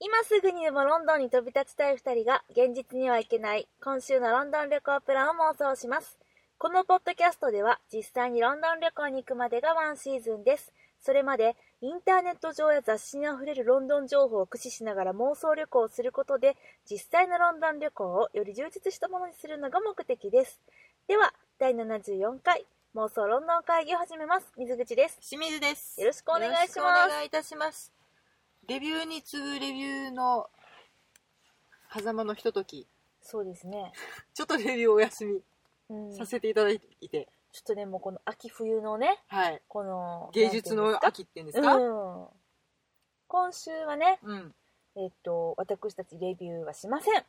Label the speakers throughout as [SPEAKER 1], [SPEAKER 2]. [SPEAKER 1] 今すぐにでもロンドンに飛び立ちたい2人が現実には行けない今週のロンドン旅行プランを妄想しますこのポッドキャストでは実際にロンドン旅行に行くまでがワンシーズンですそれまでインターネット上や雑誌にあふれるロンドン情報を駆使しながら妄想旅行をすることで実際のロンドン旅行をより充実したものにするのが目的ですでは第74回妄想ロンドン会議を始めます水口です
[SPEAKER 2] 清水です。
[SPEAKER 1] よろしくお願いします
[SPEAKER 2] よろしくお願いいたします。レビューに次ぐレビューの狭間のひととき、
[SPEAKER 1] そうですね、
[SPEAKER 2] ちょっとレビューをお休み
[SPEAKER 1] うん、ちょ
[SPEAKER 2] さ
[SPEAKER 1] っ
[SPEAKER 2] せていただいて、
[SPEAKER 1] とねもうこの秋冬のね
[SPEAKER 2] はい。
[SPEAKER 1] この
[SPEAKER 2] 芸術
[SPEAKER 1] なん
[SPEAKER 2] の
[SPEAKER 1] てい
[SPEAKER 2] 秋っていうん
[SPEAKER 1] う
[SPEAKER 2] で
[SPEAKER 1] んです
[SPEAKER 2] す
[SPEAKER 1] か、
[SPEAKER 2] か、
[SPEAKER 1] うん、今週はね
[SPEAKER 2] うん、
[SPEAKER 1] えっと私たちレビューはしません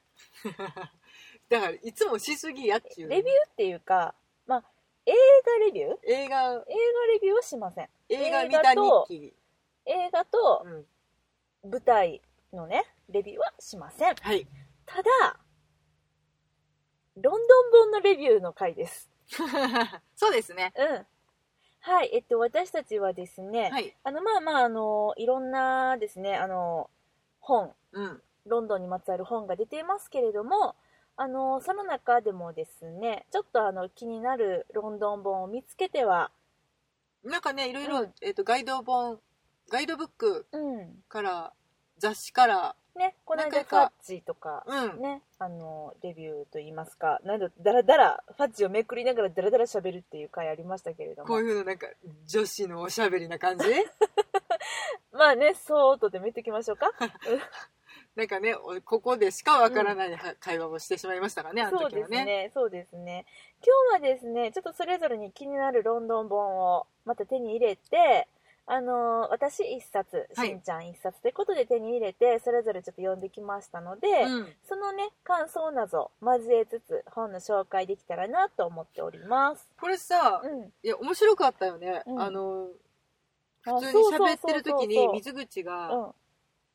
[SPEAKER 2] だから、いつもしすぎやってい
[SPEAKER 1] レビュ
[SPEAKER 2] う、
[SPEAKER 1] ーっていうかまあ映画レビュー映
[SPEAKER 2] 映画、
[SPEAKER 1] 画レビューはしません
[SPEAKER 2] 映画見た日記。
[SPEAKER 1] 映画と
[SPEAKER 2] うん。
[SPEAKER 1] 舞台のねレビューはしません
[SPEAKER 2] はい。
[SPEAKER 1] ただロンドン本のレビューの回です
[SPEAKER 2] そうですね。
[SPEAKER 1] うんはいえっと私たちはですね、
[SPEAKER 2] はい。
[SPEAKER 1] あのまあまああのいろんなですねあの本
[SPEAKER 2] うん。
[SPEAKER 1] ロンドンにまつわる本が出ていますけれどもあのその中でもですねちょっとあの気になるロンドン本を見つけては、
[SPEAKER 2] なんかね、いろいろ、
[SPEAKER 1] うん
[SPEAKER 2] えっ、と、ガイド本、ガイドブック
[SPEAKER 1] うん
[SPEAKER 2] から、雑誌から、
[SPEAKER 1] ね、この
[SPEAKER 2] 何回
[SPEAKER 1] 間フ
[SPEAKER 2] か
[SPEAKER 1] ァッジとか、
[SPEAKER 2] うん。
[SPEAKER 1] ね、あのレビューといいますかなんだだらだらファッジをめくりながらだらだら喋るっていう回ありましたけれど
[SPEAKER 2] こう
[SPEAKER 1] も
[SPEAKER 2] いうのなんか女子のおしゃべり な感じ
[SPEAKER 1] まあねそうとでも言っておきましょうか
[SPEAKER 2] なんかねおここでしかわからないは会話をしてしまいましたからね、あの
[SPEAKER 1] そう
[SPEAKER 2] 時
[SPEAKER 1] で
[SPEAKER 2] は
[SPEAKER 1] す
[SPEAKER 2] ね
[SPEAKER 1] ねそうですね今日はですねちょっとそれぞれに気になるロンドン本をまた手に入れてあのー私1冊
[SPEAKER 2] はい
[SPEAKER 1] しんちゃん1冊ということで手に入れて、それぞれちょっと読んできましたので、
[SPEAKER 2] うん
[SPEAKER 1] そのね感想など交えつつ本の紹介できたらなと思っております
[SPEAKER 2] これさ、
[SPEAKER 1] うん
[SPEAKER 2] いや面白かったよね、
[SPEAKER 1] うん
[SPEAKER 2] あの
[SPEAKER 1] あ
[SPEAKER 2] 普通に喋ってる時に
[SPEAKER 1] そうそうそう
[SPEAKER 2] 水口
[SPEAKER 1] そう
[SPEAKER 2] が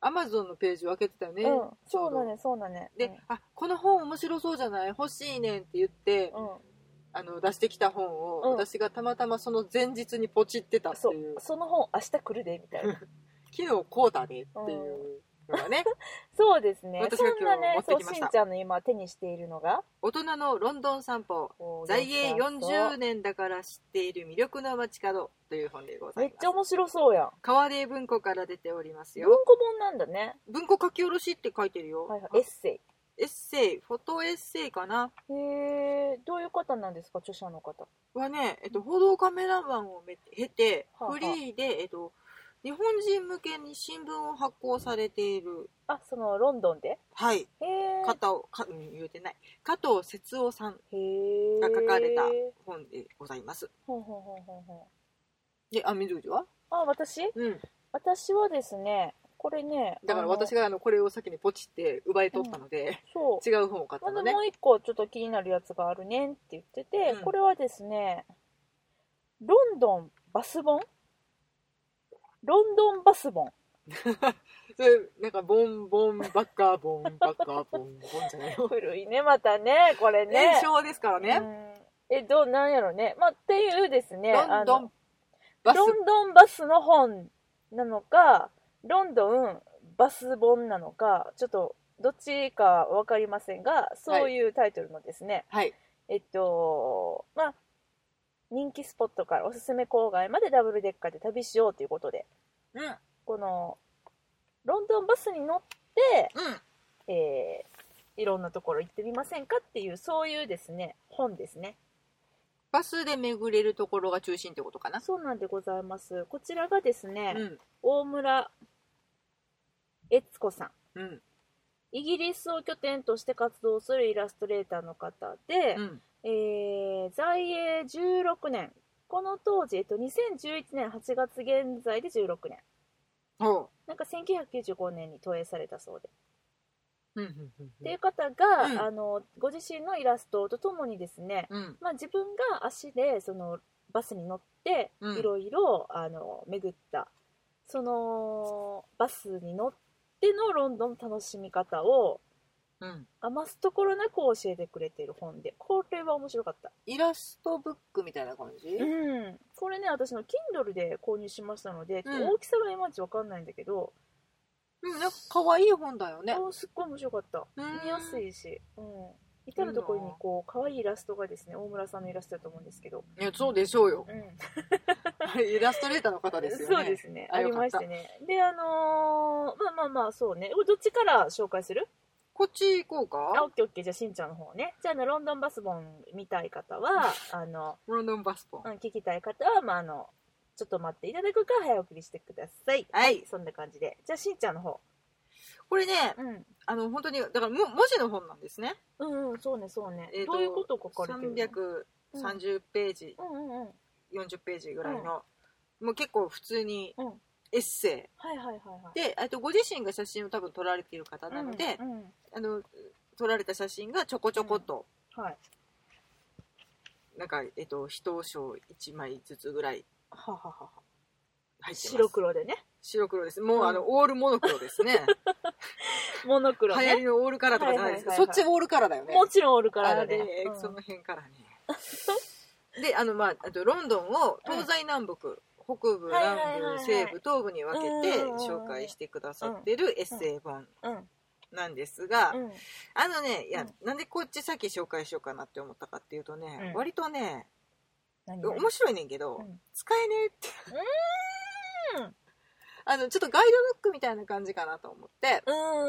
[SPEAKER 2] アマゾンのページを開けてたよね、
[SPEAKER 1] うん、うん、
[SPEAKER 2] ちょ
[SPEAKER 1] そうう
[SPEAKER 2] ど
[SPEAKER 1] だねそうだね
[SPEAKER 2] で、あこの本面白そうじゃない欲しいねんって言って、
[SPEAKER 1] うん、うん
[SPEAKER 2] あの出してきた本を、
[SPEAKER 1] うん
[SPEAKER 2] 私がたまたまその前日にポチってたって
[SPEAKER 1] そう
[SPEAKER 2] いう
[SPEAKER 1] その本明日来るでみたい な
[SPEAKER 2] 昨日こうだねっていうのがね、
[SPEAKER 1] そうですね
[SPEAKER 2] 私
[SPEAKER 1] そ
[SPEAKER 2] が
[SPEAKER 1] んなね
[SPEAKER 2] 今日持ってき
[SPEAKER 1] そう
[SPEAKER 2] まし
[SPEAKER 1] したんちゃんの今手にしているのが
[SPEAKER 2] 大人のロンドン散歩在英40年だから知っている魅力の街角という本でござ
[SPEAKER 1] め
[SPEAKER 2] い
[SPEAKER 1] っちゃ
[SPEAKER 2] ます。
[SPEAKER 1] 面白そうやん
[SPEAKER 2] 川出文庫から出ております
[SPEAKER 1] 文
[SPEAKER 2] よ。
[SPEAKER 1] 庫本なんだね、
[SPEAKER 2] 文庫書き下ろしって書いてるよ。
[SPEAKER 1] はいはい、エッセ
[SPEAKER 2] エッセイ、フォトエッセイかな
[SPEAKER 1] イへえどういう方なんですか著者の方
[SPEAKER 2] はね、えっと、報道カメラマンをめ経て、
[SPEAKER 1] はあはあ
[SPEAKER 2] フリーで、えっと、日本人向けに新聞を発行されている、
[SPEAKER 1] あそのロンドンで
[SPEAKER 2] は
[SPEAKER 1] へ
[SPEAKER 2] い、
[SPEAKER 1] え
[SPEAKER 2] 加藤、かうん言うてない、加藤節夫さん
[SPEAKER 1] へえ
[SPEAKER 2] が書かれた本でございます。
[SPEAKER 1] ほんほんほんほんほん
[SPEAKER 2] で、あ、水口は
[SPEAKER 1] あ私
[SPEAKER 2] うん。
[SPEAKER 1] 私はですねこれね
[SPEAKER 2] だから私
[SPEAKER 1] が
[SPEAKER 2] があのこれを先にポチって奪い取ったので、
[SPEAKER 1] そう
[SPEAKER 2] 違う本を買った
[SPEAKER 1] ま
[SPEAKER 2] の
[SPEAKER 1] ず
[SPEAKER 2] ね
[SPEAKER 1] も。う一個ちょっと気になるやつがあるねんって言ってて、
[SPEAKER 2] うん
[SPEAKER 1] これはですねロンドンバス本ロンドンバス本。
[SPEAKER 2] それなんかボンボンバカボンバカボンボンじゃないの
[SPEAKER 1] 古いねまたねこれね
[SPEAKER 2] 年少ですからね。
[SPEAKER 1] うんえどうなんやろね、まあ、っていうですね
[SPEAKER 2] ロンド
[SPEAKER 1] あの
[SPEAKER 2] ンバス
[SPEAKER 1] ロンドンバスの本なのかロンドンバス本なのかちょっとどっちか分かりませんがそういうタイトルのですね、
[SPEAKER 2] はい
[SPEAKER 1] えっとまあ人気スポットからおすすめ郊外までダブルデッカーで旅しようということで
[SPEAKER 2] うんうん
[SPEAKER 1] このロンドンバスに乗って、えーいろんなところ行ってみませんかっていうそういうですね本ですね
[SPEAKER 2] バスで巡れるところが中心ってことかな。
[SPEAKER 1] そうなんでございます。こちらがですね、
[SPEAKER 2] うん
[SPEAKER 1] 大村悦子さん。
[SPEAKER 2] うん
[SPEAKER 1] イギリスを拠点として活動するイラストレーターの方で、
[SPEAKER 2] うん
[SPEAKER 1] えー在英16年。この当時、えっと、2011年8月現在で16年。
[SPEAKER 2] ほ
[SPEAKER 1] なんか1995年に投影されたそうで。
[SPEAKER 2] ううんうん
[SPEAKER 1] っていう方が、
[SPEAKER 2] うん
[SPEAKER 1] あの、ご自身のイラストとともにですね、
[SPEAKER 2] うんうん
[SPEAKER 1] まあ、自分が足でそのバスに乗って
[SPEAKER 2] うん
[SPEAKER 1] いろいろあの巡ったそのバスに乗ってのロンドンの楽しみ方を
[SPEAKER 2] うん
[SPEAKER 1] 余すところなく教えてくれている本でこれは面白かった、
[SPEAKER 2] イラストブックみたいな感じ。
[SPEAKER 1] うん、これね私の Kindle で購入しましたので、
[SPEAKER 2] うん
[SPEAKER 1] 大きさがいまいちわかんないんだけど
[SPEAKER 2] うん、なんか可愛い本だよね。
[SPEAKER 1] あすっごい面白かった
[SPEAKER 2] うん
[SPEAKER 1] 見やすいし、うん、至る所にこう可愛いイラストがですね大村さんのイラストだと思うんですけど、
[SPEAKER 2] いや、そうでしょうよ。
[SPEAKER 1] うん、
[SPEAKER 2] イラストレーターの方ですよね。
[SPEAKER 1] そうですね。
[SPEAKER 2] あ
[SPEAKER 1] ありましてね。で、あのーまあまあまあ、そうね。これどっちから紹介する
[SPEAKER 2] こっち行こう
[SPEAKER 1] あ、オ
[SPEAKER 2] か
[SPEAKER 1] ッ。ケーオッケー。じゃあ、しんちゃんの方ね。じゃあ、あの、ロンドンバスボン見たい方は、あの、
[SPEAKER 2] ロンドンバスポン
[SPEAKER 1] う。ん、聞きたい方は、まあ、あの、ちょっと待っていただくか、早送りしてください。
[SPEAKER 2] はい。
[SPEAKER 1] そんな感じで。じゃあ、しんちゃんの方。
[SPEAKER 2] これね、
[SPEAKER 1] うん。
[SPEAKER 2] あの、本当に、だからも文字の本なんですね。
[SPEAKER 1] うんうん、そうね、そうね。
[SPEAKER 2] えーと
[SPEAKER 1] どういうこと書かれてるの
[SPEAKER 2] 330ページ、
[SPEAKER 1] うんうんうん。
[SPEAKER 2] 40ページぐらいの、もう結構普通に
[SPEAKER 1] うん
[SPEAKER 2] エッセ
[SPEAKER 1] はいはいはいはい。
[SPEAKER 2] イ。で、あとご自身が写真を多分撮られている方なので、
[SPEAKER 1] うんうん
[SPEAKER 2] あの、撮られた写真がちょこちょこと、
[SPEAKER 1] はい。
[SPEAKER 2] なんか、えっと、一章1枚ずつぐらい
[SPEAKER 1] はははは。
[SPEAKER 2] 入ってます。
[SPEAKER 1] 白。黒でね。
[SPEAKER 2] 白黒です。もう、
[SPEAKER 1] うん
[SPEAKER 2] あの、オールモノクロです ね。
[SPEAKER 1] モノクロ
[SPEAKER 2] 流行
[SPEAKER 1] ね。
[SPEAKER 2] りのオールカラーとかじゃないですけど、
[SPEAKER 1] はいはいはいはい
[SPEAKER 2] そっちオールカラーだよね。
[SPEAKER 1] もちろんおるから
[SPEAKER 2] あ
[SPEAKER 1] だ
[SPEAKER 2] れ
[SPEAKER 1] ね。
[SPEAKER 2] ね
[SPEAKER 1] うん
[SPEAKER 2] その辺からね。 で、あの、まあ、あと、ロンドンを東西南北、北部、
[SPEAKER 1] はいはいはいはい
[SPEAKER 2] 南部、西部、東部に分けて
[SPEAKER 1] うんうんうん
[SPEAKER 2] 紹介してくださってるエッセイ本
[SPEAKER 1] うん。
[SPEAKER 2] なんですが、
[SPEAKER 1] うん
[SPEAKER 2] あのね、いや
[SPEAKER 1] うん、
[SPEAKER 2] なんでこっち先紹介しようかなって思ったかっていうとね
[SPEAKER 1] う、ん
[SPEAKER 2] 割とね、
[SPEAKER 1] 何々
[SPEAKER 2] 面白いねんけど
[SPEAKER 1] うん、
[SPEAKER 2] 使えねえって
[SPEAKER 1] うん。
[SPEAKER 2] あの、ちょっとガイドブックみたいな感じかなと思って、
[SPEAKER 1] うんうん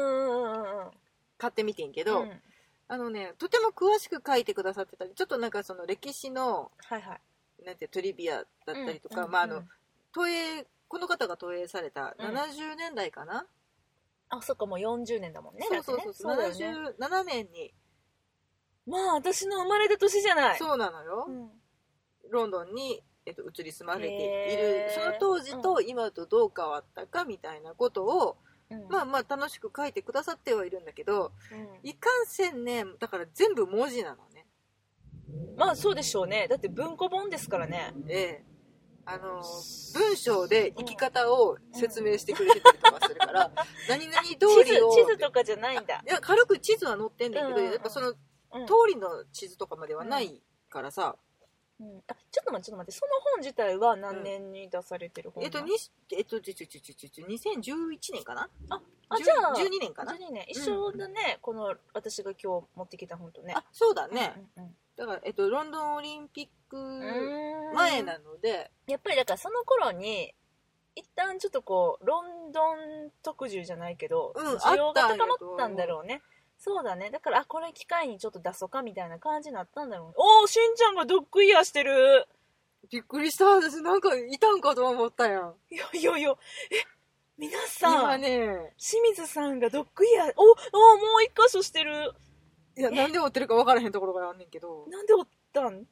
[SPEAKER 1] うんうんうん
[SPEAKER 2] 買ってみてんけど、
[SPEAKER 1] うん
[SPEAKER 2] あのね、とても詳しく書いてくださってたり、ちょっとなんかその歴史の、
[SPEAKER 1] はいはい
[SPEAKER 2] なんてトリビアだったりとか、
[SPEAKER 1] うん
[SPEAKER 2] まああ
[SPEAKER 1] うん
[SPEAKER 2] の、投影、この方が投影された
[SPEAKER 1] うん
[SPEAKER 2] 70年代かな、
[SPEAKER 1] あそっかもう40年だもんね
[SPEAKER 2] そうそうそうそう、
[SPEAKER 1] だってねだよね
[SPEAKER 2] 77年に、
[SPEAKER 1] まあ私の生まれた年じゃない
[SPEAKER 2] そうなのよ、
[SPEAKER 1] うん
[SPEAKER 2] ロンドンに、えっと、移り住まれてい
[SPEAKER 1] へ
[SPEAKER 2] る
[SPEAKER 1] ー
[SPEAKER 2] その当時と今とどう変わったかみたいなことを、
[SPEAKER 1] うん
[SPEAKER 2] まあまあ楽しく書いてくださってはいるんだけど
[SPEAKER 1] うん
[SPEAKER 2] いかんせんねだから全部文字なのね
[SPEAKER 1] まあそうでしょうねだって文庫本ですからね
[SPEAKER 2] ええあの文章で生き方を説明してくれてたりとかするから、何々通
[SPEAKER 1] 地図
[SPEAKER 2] りを
[SPEAKER 1] 地図とかじゃないんだ
[SPEAKER 2] いや軽く地図は載ってんだけど、
[SPEAKER 1] うんうん
[SPEAKER 2] やっぱその
[SPEAKER 1] うん
[SPEAKER 2] 通りの地図とかまではないから
[SPEAKER 1] うん
[SPEAKER 2] さ、
[SPEAKER 1] あちょっと待ってちょっと待ってその本自体は何年に出されてる本
[SPEAKER 2] え
[SPEAKER 1] な
[SPEAKER 2] っと
[SPEAKER 1] の
[SPEAKER 2] にえっとちょちょちょちょちょ2011年かな
[SPEAKER 1] あじゃあ
[SPEAKER 2] 10 12年かな
[SPEAKER 1] 12年一緒だねこの私が今日持ってきた本とね
[SPEAKER 2] あそうだね、
[SPEAKER 1] うんうん
[SPEAKER 2] だから、えっと、ロンドンオリンピック
[SPEAKER 1] うん
[SPEAKER 2] 前なので、
[SPEAKER 1] やっぱりだからその頃に一旦ちょっとこうロンドン特需じゃないけど、
[SPEAKER 2] うん
[SPEAKER 1] 需要が
[SPEAKER 2] あったんや
[SPEAKER 1] 高ま
[SPEAKER 2] と
[SPEAKER 1] ったんだろうねそうだねだからあこれ機会にちょっと出そうかみたいな感じになったんだろうねおおしんちゃんがドッグイヤーしてる
[SPEAKER 2] びっくりした私なんかいたんかと思ったやん
[SPEAKER 1] いやいやいやえ皆さ
[SPEAKER 2] 今
[SPEAKER 1] ん、
[SPEAKER 2] ね
[SPEAKER 1] 清水さんがドッグイヤーおおもう一箇所してる
[SPEAKER 2] いやなんで追ってるか分からへんところがあんねんけど
[SPEAKER 1] なんでおったん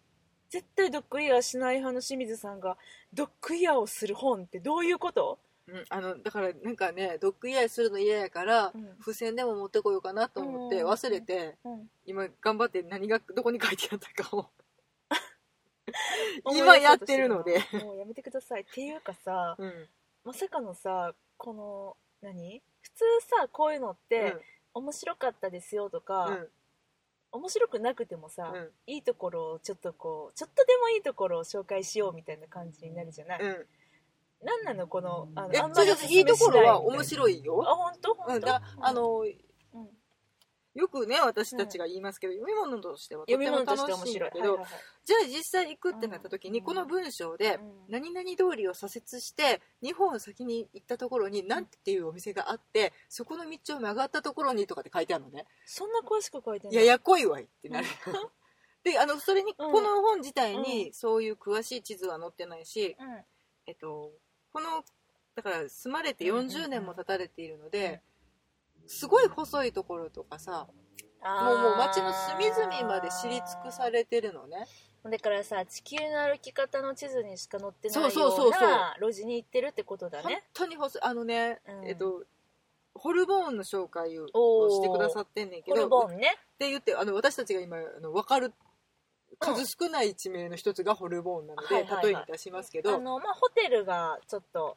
[SPEAKER 1] 絶対ドッグイヤーしない派の清水さんがドッグイヤーをする本ってどういうこと
[SPEAKER 2] うん、あのだからなんかねドッグイヤーするの嫌やから、
[SPEAKER 1] うん
[SPEAKER 2] 付箋でも持ってこようかなと思って
[SPEAKER 1] うん
[SPEAKER 2] 忘れて、
[SPEAKER 1] うん
[SPEAKER 2] 今頑張って何がどこに書いてあったかを
[SPEAKER 1] 思
[SPEAKER 2] 今
[SPEAKER 1] い出そ
[SPEAKER 2] や
[SPEAKER 1] う
[SPEAKER 2] っ
[SPEAKER 1] として
[SPEAKER 2] るので、
[SPEAKER 1] なもうやめてくださいっていうかさ
[SPEAKER 2] うん
[SPEAKER 1] まさかのさこの何普通さこういうのって、面白かったですよとか、
[SPEAKER 2] うんうん
[SPEAKER 1] 面白くなくてもさ、
[SPEAKER 2] うん
[SPEAKER 1] いいところをちょっとこうちょっとでもいいところを紹介しようみたいな感じになるじゃない、
[SPEAKER 2] うん
[SPEAKER 1] なんなのこのあの
[SPEAKER 2] え
[SPEAKER 1] あん
[SPEAKER 2] ちょ
[SPEAKER 1] まり
[SPEAKER 2] っ
[SPEAKER 1] おす
[SPEAKER 2] と待っ
[SPEAKER 1] す
[SPEAKER 2] て
[SPEAKER 1] め
[SPEAKER 2] いいところは
[SPEAKER 1] しないみた
[SPEAKER 2] 面
[SPEAKER 1] い
[SPEAKER 2] 白い
[SPEAKER 1] な
[SPEAKER 2] よ、
[SPEAKER 1] あ本当本当、
[SPEAKER 2] うん、だあの
[SPEAKER 1] うん、うん
[SPEAKER 2] よくね私たちが言いますけど、読み物としてはと
[SPEAKER 1] 読
[SPEAKER 2] て
[SPEAKER 1] み
[SPEAKER 2] も
[SPEAKER 1] 物として
[SPEAKER 2] 楽
[SPEAKER 1] 面
[SPEAKER 2] しいん
[SPEAKER 1] 白
[SPEAKER 2] だ
[SPEAKER 1] い
[SPEAKER 2] け
[SPEAKER 1] はい
[SPEAKER 2] ど、
[SPEAKER 1] はいはい
[SPEAKER 2] じゃあ実際行くってなった時に、
[SPEAKER 1] うん
[SPEAKER 2] この文章で
[SPEAKER 1] うん
[SPEAKER 2] 「何々通りを左折して2本先に行ったところに何ていうお店があってそこの道を曲がったところに」とかって書いてあるのね
[SPEAKER 1] そんな詳しく書いて
[SPEAKER 2] 「
[SPEAKER 1] ない
[SPEAKER 2] ややこいわい」ってなるであのそれに
[SPEAKER 1] うん
[SPEAKER 2] この本自体にそういう詳しい地図は載ってないし、
[SPEAKER 1] うん
[SPEAKER 2] えっと、このだから住まれて
[SPEAKER 1] うんうんうん
[SPEAKER 2] 40年も経たれているので、すごい細いところとかさもうもう街の隅々まで知り尽くされてるのね
[SPEAKER 1] だからさ地球の歩き方の地図にしか載ってないよ
[SPEAKER 2] そうう
[SPEAKER 1] な
[SPEAKER 2] そうそうそう
[SPEAKER 1] 路地に行ってるってことだ
[SPEAKER 2] 本
[SPEAKER 1] ね
[SPEAKER 2] 当に細いあのね、
[SPEAKER 1] うん
[SPEAKER 2] えっとホルボーンの紹介を
[SPEAKER 1] おー
[SPEAKER 2] してくださってんねんけ
[SPEAKER 1] ホ
[SPEAKER 2] ど
[SPEAKER 1] ルボ
[SPEAKER 2] っ
[SPEAKER 1] ンね
[SPEAKER 2] て言ってあの私たちが今あの分かる数少ない地名の一つがホルボーンなので、
[SPEAKER 1] はいはいはい
[SPEAKER 2] 例えに出しますけ
[SPEAKER 1] あ
[SPEAKER 2] ど、
[SPEAKER 1] のまあホテルがちょっと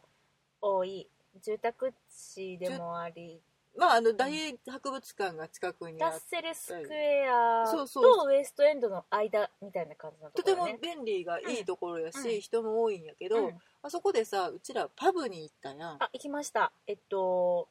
[SPEAKER 1] 多い住宅地でもあり
[SPEAKER 2] まああの大英博物館が近くにあ
[SPEAKER 1] ラッ
[SPEAKER 2] って。
[SPEAKER 1] セルスクエア
[SPEAKER 2] そうそう
[SPEAKER 1] とウエストエンドの間みたいな感じのと
[SPEAKER 2] と
[SPEAKER 1] こ
[SPEAKER 2] て
[SPEAKER 1] ろ
[SPEAKER 2] も
[SPEAKER 1] ね
[SPEAKER 2] 便利がいいところやし、
[SPEAKER 1] うん
[SPEAKER 2] 人も多いんやけど、
[SPEAKER 1] うん
[SPEAKER 2] あそこでさうちらパブに行ったやん
[SPEAKER 1] あ行きましたえっと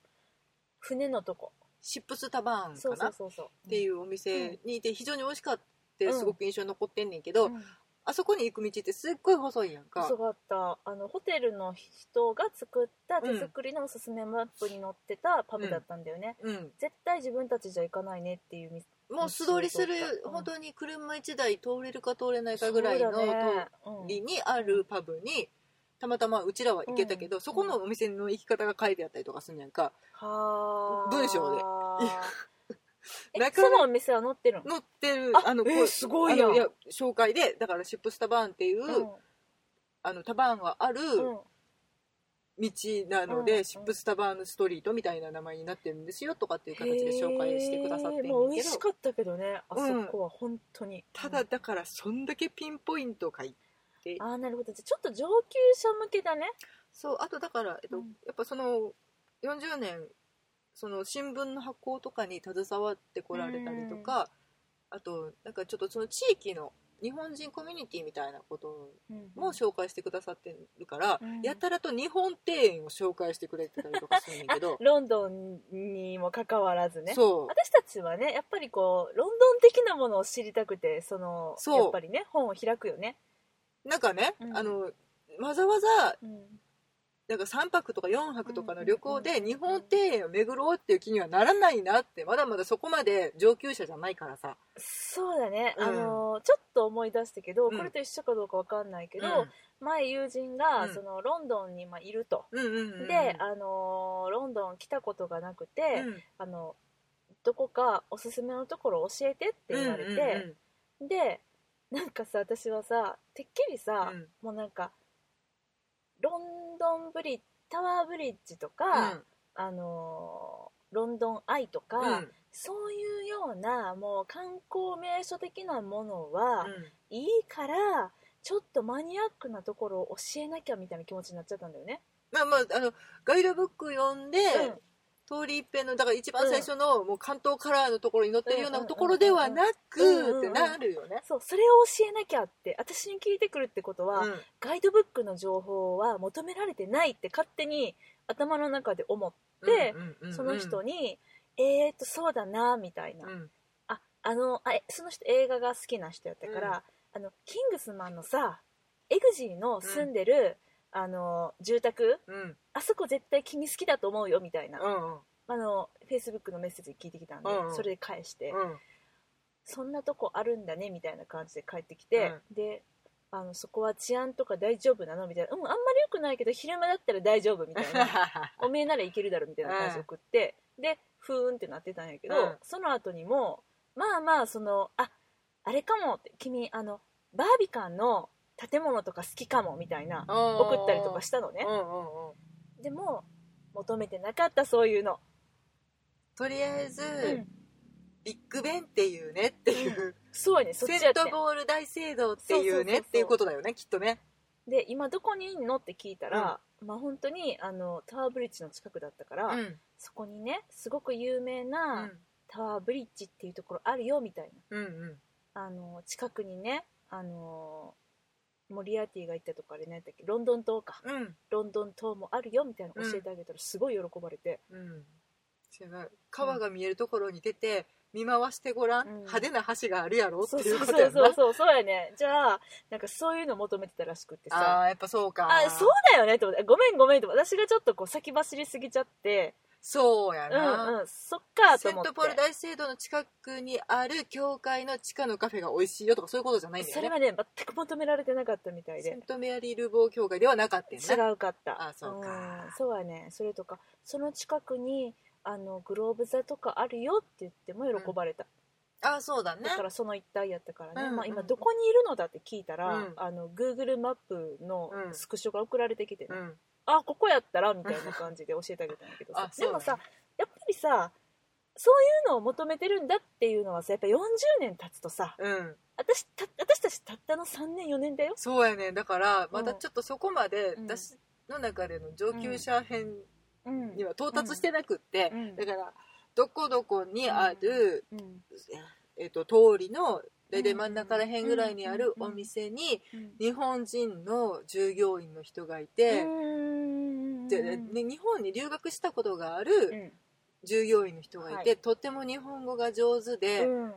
[SPEAKER 1] 船のとこ
[SPEAKER 2] シップスタバーン
[SPEAKER 1] そう
[SPEAKER 2] か
[SPEAKER 1] そ
[SPEAKER 2] な
[SPEAKER 1] うそうそう
[SPEAKER 2] っていうお店にいて非常に美味しかったすごく印象に残ってんねんけど、
[SPEAKER 1] うん
[SPEAKER 2] あそこに行く道ってすっごい細いやんか
[SPEAKER 1] 細かったあのホテルの人が作った手作りのおすすめマップに載ってたパブだったんだよね、
[SPEAKER 2] うん、
[SPEAKER 1] 絶対自分たちじゃ行かないねっていう店
[SPEAKER 2] もう素通りする
[SPEAKER 1] うん
[SPEAKER 2] 本当に車1台通れるか通れないかぐらいの通
[SPEAKER 1] そうだねうん
[SPEAKER 2] りにあるパブにたまたまうちらは行けたけど、
[SPEAKER 1] うん
[SPEAKER 2] そこのお店の行き方が書いてあったりとかすんやんか
[SPEAKER 1] はあ
[SPEAKER 2] 文章で
[SPEAKER 1] え
[SPEAKER 2] なかなか
[SPEAKER 1] そのお店は載ってるの
[SPEAKER 2] 乗ってる
[SPEAKER 1] あ
[SPEAKER 2] の
[SPEAKER 1] えー
[SPEAKER 2] こう
[SPEAKER 1] すごいやん
[SPEAKER 2] あのや紹介でだからシップスタバーンっていう、あのタバーンがある
[SPEAKER 1] うんうん
[SPEAKER 2] 道なので、
[SPEAKER 1] うん
[SPEAKER 2] シップスタバーンストリートみたいな名前になってるんですよとかっていう形で
[SPEAKER 1] へー
[SPEAKER 2] 紹介してくださってるん
[SPEAKER 1] もう
[SPEAKER 2] だ
[SPEAKER 1] 美
[SPEAKER 2] け
[SPEAKER 1] 味
[SPEAKER 2] ど
[SPEAKER 1] しかったけどねあそこは本当に、
[SPEAKER 2] ただだからそんだけピンポイント書いて
[SPEAKER 1] ああなるほどじゃあちょっと上級者向けだね
[SPEAKER 2] そうあとだから、えっと
[SPEAKER 1] うん
[SPEAKER 2] やっぱその40年その新聞の発行とかに携わってこられたりとか、あとなんかちょっとその地域の日本人コミュニティみたいなことも紹介してくださってるから、
[SPEAKER 1] うん
[SPEAKER 2] やたらと日本庭園を紹介してくれてたりとかするんだけど
[SPEAKER 1] ロンドンにもかかわらずね
[SPEAKER 2] そう
[SPEAKER 1] 私たちはねやっぱりこうロンドン的なものを知りたくてその
[SPEAKER 2] そう
[SPEAKER 1] やっぱりね本を開くよね、
[SPEAKER 2] なんかね、
[SPEAKER 1] うん
[SPEAKER 2] あのわざわざ
[SPEAKER 1] うん
[SPEAKER 2] なんか3泊とか4泊とかの旅行で日本庭園を巡ろうっていう気にはならないなってまだまだそこまで上級者じゃないからさ。
[SPEAKER 1] そうだね、
[SPEAKER 2] うん
[SPEAKER 1] あのちょっと思い出したけど、
[SPEAKER 2] うん
[SPEAKER 1] これと一緒かどうかわかんないけど、
[SPEAKER 2] うん
[SPEAKER 1] 前友人が、
[SPEAKER 2] うん
[SPEAKER 1] そのロンドンに今いると、
[SPEAKER 2] うんうんうんうん
[SPEAKER 1] で、あのロンドン来たことがなくて、
[SPEAKER 2] うん
[SPEAKER 1] あのどこかおすすめのところ教えてって言われて、でなんかさ私はさてっきりさ、もうなんかロンドンブリッジタワーブリッジとか、あのーロンドンアイとか、そういうようなもう観光名所的なものは、いいからちょっとマニアックなところを教えなきゃみたいな気持ちになっちゃったんだよね。
[SPEAKER 2] まあまああのガイドブック読んで、
[SPEAKER 1] うん
[SPEAKER 2] 通り一遍のだから一番最初の、もう関東カラーのところに載ってるようなところではな
[SPEAKER 1] う
[SPEAKER 2] く、
[SPEAKER 1] んうんうん
[SPEAKER 2] ってなるよね。
[SPEAKER 1] そうそれを教えなきゃって私に聞いてくるってことは、
[SPEAKER 2] うん
[SPEAKER 1] ガイドブックの情報は求められてないって勝手に頭の中で思って、
[SPEAKER 2] うんうんうんうん
[SPEAKER 1] その人に「えーっとそうだな」みたいな、
[SPEAKER 2] うん
[SPEAKER 1] ああのあえその人映画が好きな人やったから、あのキングスマンのさエグジーの住んでる、あの住宅
[SPEAKER 2] うん
[SPEAKER 1] あそこ絶対君好きだと思うよみたいな、
[SPEAKER 2] うん
[SPEAKER 1] あのフェイスブックのメッセージ聞いてきたんで、
[SPEAKER 2] うんうん
[SPEAKER 1] それで返して、
[SPEAKER 2] うん
[SPEAKER 1] そんなとこあるんだねみたいな感じで帰ってきて、であのそこは治安とか大丈夫なのみたいな、うん、あんまり良くないけど昼間だったら大丈夫みたいな おめえならいけるだろみたいな感じで送って、でふーんってなってたんやけど、
[SPEAKER 2] うん
[SPEAKER 1] その後にもまあまあそのああれかもって君あのバービカンの建物とか好きかもみたいな 送ったりとか
[SPEAKER 2] し
[SPEAKER 1] したの
[SPEAKER 2] て
[SPEAKER 1] ね、でも求めてなかったそういうの、
[SPEAKER 2] とりあえず、
[SPEAKER 1] うん、
[SPEAKER 2] ビッグベンっていうねっていう、
[SPEAKER 1] そうやねそっち
[SPEAKER 2] セ
[SPEAKER 1] や
[SPEAKER 2] ン
[SPEAKER 1] って
[SPEAKER 2] ト
[SPEAKER 1] ん
[SPEAKER 2] ボール大聖堂っていうね
[SPEAKER 1] そうそうそうそう
[SPEAKER 2] っていうことだよねきっとね。
[SPEAKER 1] で今どこにいんのって聞いたら、まあ本当にあのタワーブリッジの近くだったから、
[SPEAKER 2] うん
[SPEAKER 1] そこにねすごく有名
[SPEAKER 2] う
[SPEAKER 1] なんタワーブリッジっていうところあるよみたい
[SPEAKER 2] うんうん
[SPEAKER 1] なあの近くにねあのモリアーティが行ったとかあれ何やったっけロンドン島か
[SPEAKER 2] うん
[SPEAKER 1] ロンドン島もあるよみたいなの教えてあげたらすごい喜ばれて、
[SPEAKER 2] うん、違う川が見えるところに出て見回してごらん、
[SPEAKER 1] うん
[SPEAKER 2] 派手な橋があるやろって
[SPEAKER 1] そう
[SPEAKER 2] い
[SPEAKER 1] そうう
[SPEAKER 2] ことや
[SPEAKER 1] そ
[SPEAKER 2] ん
[SPEAKER 1] う
[SPEAKER 2] な
[SPEAKER 1] そうそうそうやねじゃあなんかそういうの求めてたらしくって
[SPEAKER 2] あ
[SPEAKER 1] さ
[SPEAKER 2] あやっぱそうか
[SPEAKER 1] あそうだよねって思ってごめんごめんって私がちょっとこう先走りすぎちゃって
[SPEAKER 2] そうや
[SPEAKER 1] う
[SPEAKER 2] な、
[SPEAKER 1] んうんそっかと
[SPEAKER 2] セン
[SPEAKER 1] 思って
[SPEAKER 2] トポール大聖堂の近くにある教会の地下のカフェが美味しいよとかそういうことじゃないんだ
[SPEAKER 1] そ
[SPEAKER 2] よ
[SPEAKER 1] れ
[SPEAKER 2] ね
[SPEAKER 1] はね全く求められてなかったみたい
[SPEAKER 2] セ
[SPEAKER 1] で
[SPEAKER 2] ントメアリー・ルーボー教会ではなかったよね
[SPEAKER 1] 違うかった
[SPEAKER 2] あそうか
[SPEAKER 1] んそうやねそれとかその近くにあのグローブ座とかあるよって言っても喜ばれた、
[SPEAKER 2] ああそうだね
[SPEAKER 1] だからその一帯やったからね、
[SPEAKER 2] うんうん
[SPEAKER 1] まあ、今どこにいるのだって聞いたら、
[SPEAKER 2] うん
[SPEAKER 1] あの Google マップの
[SPEAKER 2] うん
[SPEAKER 1] スクショが送られてきてね、
[SPEAKER 2] うん
[SPEAKER 1] あここやったらみたいな感じで教えてあげたんだけど
[SPEAKER 2] あ
[SPEAKER 1] さ
[SPEAKER 2] そう
[SPEAKER 1] で
[SPEAKER 2] だね
[SPEAKER 1] もさやっぱりさそういうのを求めてるんだっていうのはさやっぱ40年経つとさ
[SPEAKER 2] うん、
[SPEAKER 1] 私た私たちたったの3年4年だよ
[SPEAKER 2] そうやねだからまだちょっとそこまで
[SPEAKER 1] うん
[SPEAKER 2] 私の中での上級者編
[SPEAKER 1] うん
[SPEAKER 2] には到達してなくって、
[SPEAKER 1] うん
[SPEAKER 2] だからどこどこにある、
[SPEAKER 1] うん
[SPEAKER 2] えっと通りの大体真ん中ら辺ぐらいにある
[SPEAKER 1] うん
[SPEAKER 2] お店に
[SPEAKER 1] うん
[SPEAKER 2] 日本人の従業員の人がいて、
[SPEAKER 1] うん
[SPEAKER 2] でね、日本に留学したことがある従業員の人がいて、
[SPEAKER 1] は
[SPEAKER 2] とっても日本語が上手で,、
[SPEAKER 1] うん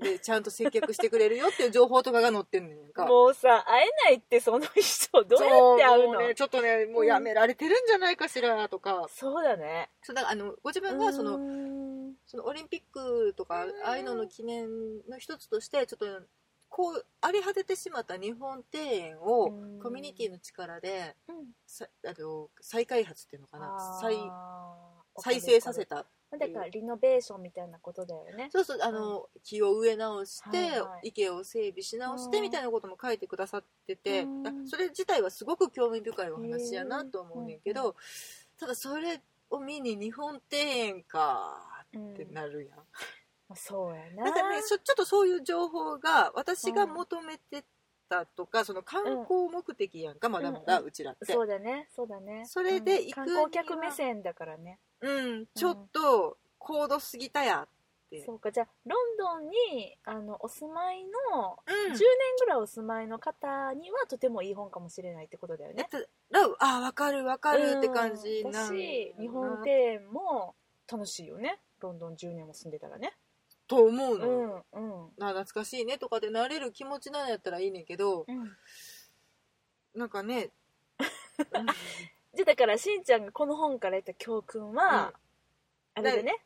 [SPEAKER 2] でちゃんと接客してくれるよっていう情報とかが載ってんねんか
[SPEAKER 1] もうさ会えないってその人どうやって会うの
[SPEAKER 2] そもね、ちょっとねもうやめられてるんじゃないかしらとか、
[SPEAKER 1] そうだね
[SPEAKER 2] そうだからあのご自分がその,、
[SPEAKER 1] うん
[SPEAKER 2] そのオリンピックとか
[SPEAKER 1] うん
[SPEAKER 2] ああいうのの記念の一つとしてちょっとこう荒れ果ててしまった日本庭園を
[SPEAKER 1] うん
[SPEAKER 2] コミュニティの力で
[SPEAKER 1] うん
[SPEAKER 2] さあの再開発っていうのかな再
[SPEAKER 1] あー
[SPEAKER 2] 再生させた
[SPEAKER 1] だからリノベーションみたいなことだよね
[SPEAKER 2] そうそうあの、木を植え直して、
[SPEAKER 1] はいはい
[SPEAKER 2] 池を整備し直し
[SPEAKER 1] う
[SPEAKER 2] て
[SPEAKER 1] ん
[SPEAKER 2] みたいなことも書いてくださってて、
[SPEAKER 1] うん
[SPEAKER 2] あそれ自体はすごく興味深いお話やなと思うねんけ
[SPEAKER 1] うんうん
[SPEAKER 2] ど、ただそれを見に日本庭園か
[SPEAKER 1] うん
[SPEAKER 2] ってなるやん、
[SPEAKER 1] そうやな
[SPEAKER 2] なんかねちょちょっとそういう情報が私が求めてたとか、その観光目的やんか、まだまだ
[SPEAKER 1] うん
[SPEAKER 2] うちらって、
[SPEAKER 1] そうだねそうだね
[SPEAKER 2] それで
[SPEAKER 1] うん
[SPEAKER 2] 行く
[SPEAKER 1] 観
[SPEAKER 2] には
[SPEAKER 1] 光客目線だからね
[SPEAKER 2] うん、ちょっと高度すぎたやって
[SPEAKER 1] そうかじゃあロンドンにあのお住まいの10
[SPEAKER 2] うん
[SPEAKER 1] 年ぐらいお住まいの方にはとてもいい本かもしれないってことだよね
[SPEAKER 2] だからあわかるわかるって感じ
[SPEAKER 1] うんだ
[SPEAKER 2] な
[SPEAKER 1] し日本庭
[SPEAKER 2] で
[SPEAKER 1] 園も楽しいよねロンドン10年も住んでたらね
[SPEAKER 2] と思う
[SPEAKER 1] う
[SPEAKER 2] の、
[SPEAKER 1] んうん
[SPEAKER 2] な懐かしいねとかでなれる気持ちなんやったらいいねんけどなん かねうん
[SPEAKER 1] じゃあだからしんちゃんがこの本から得た教訓は、
[SPEAKER 2] うん
[SPEAKER 1] あれでね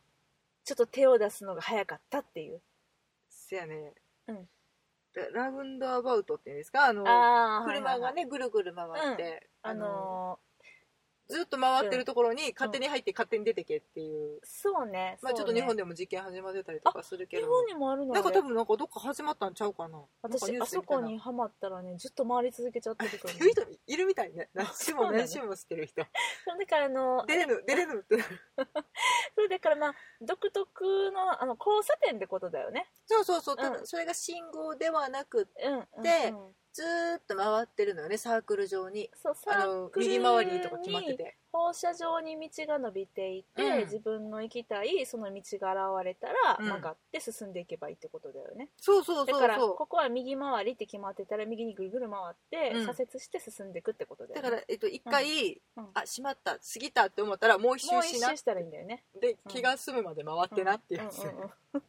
[SPEAKER 1] ちょっと手を出すのが早かったっていう
[SPEAKER 2] せやね、
[SPEAKER 1] うん
[SPEAKER 2] でラウンドアバウトっていうんですかあの
[SPEAKER 1] あー
[SPEAKER 2] 車
[SPEAKER 1] は
[SPEAKER 2] が
[SPEAKER 1] いはいはい
[SPEAKER 2] ねぐるぐる回って、
[SPEAKER 1] あの
[SPEAKER 2] ずっと回ってるところに勝手に入って勝手に出てけっていう、
[SPEAKER 1] ーそうね
[SPEAKER 2] まあ、ちょっと日本
[SPEAKER 1] で
[SPEAKER 2] でも実験始まってたりとかするけ
[SPEAKER 1] 日
[SPEAKER 2] ど
[SPEAKER 1] 本にもあるの
[SPEAKER 2] なんか多
[SPEAKER 1] で
[SPEAKER 2] 分なんかどっか始まったんちゃうかななんか
[SPEAKER 1] 私
[SPEAKER 2] ニュー
[SPEAKER 1] あ
[SPEAKER 2] スで
[SPEAKER 1] そ
[SPEAKER 2] 見たな
[SPEAKER 1] こにはまったらねずっと回り続けちゃってると思
[SPEAKER 2] いる人いるみたいね何週
[SPEAKER 1] そ
[SPEAKER 2] も
[SPEAKER 1] うだね
[SPEAKER 2] 何週もしてる人
[SPEAKER 1] うだからあの
[SPEAKER 2] 出れぬ出れぬって
[SPEAKER 1] それだからまあ独特のあの交差点ってことだよね
[SPEAKER 2] そうそうそう、た
[SPEAKER 1] う
[SPEAKER 2] だ
[SPEAKER 1] ん
[SPEAKER 2] それが信号ではなく
[SPEAKER 1] うんうんうん
[SPEAKER 2] でずーっと回ってるのよねサークル状に
[SPEAKER 1] そうサ
[SPEAKER 2] あ
[SPEAKER 1] ー
[SPEAKER 2] の
[SPEAKER 1] クル
[SPEAKER 2] 右回りとか決まって
[SPEAKER 1] に
[SPEAKER 2] て
[SPEAKER 1] 放射状に道が伸びていて、
[SPEAKER 2] うん
[SPEAKER 1] 自分の行きたいその道が現れたら
[SPEAKER 2] うん
[SPEAKER 1] 曲がって進んでいけばいいってことだよね、
[SPEAKER 2] そうそうそう
[SPEAKER 1] だ
[SPEAKER 2] そう
[SPEAKER 1] からここは右回りって決まってたら右にぐるぐる回って、
[SPEAKER 2] うん
[SPEAKER 1] 左折して進んでいくってことだよ
[SPEAKER 2] だ
[SPEAKER 1] ね
[SPEAKER 2] から、えっと、一回、
[SPEAKER 1] うん
[SPEAKER 2] あ閉まった過ぎたって思ったらもう一
[SPEAKER 1] もう
[SPEAKER 2] 周
[SPEAKER 1] 一
[SPEAKER 2] しな
[SPEAKER 1] 周したらいいんだよね
[SPEAKER 2] で
[SPEAKER 1] うん
[SPEAKER 2] 気が済むまで回ってなってい
[SPEAKER 1] うん
[SPEAKER 2] う
[SPEAKER 1] うん
[SPEAKER 2] やつ、
[SPEAKER 1] うん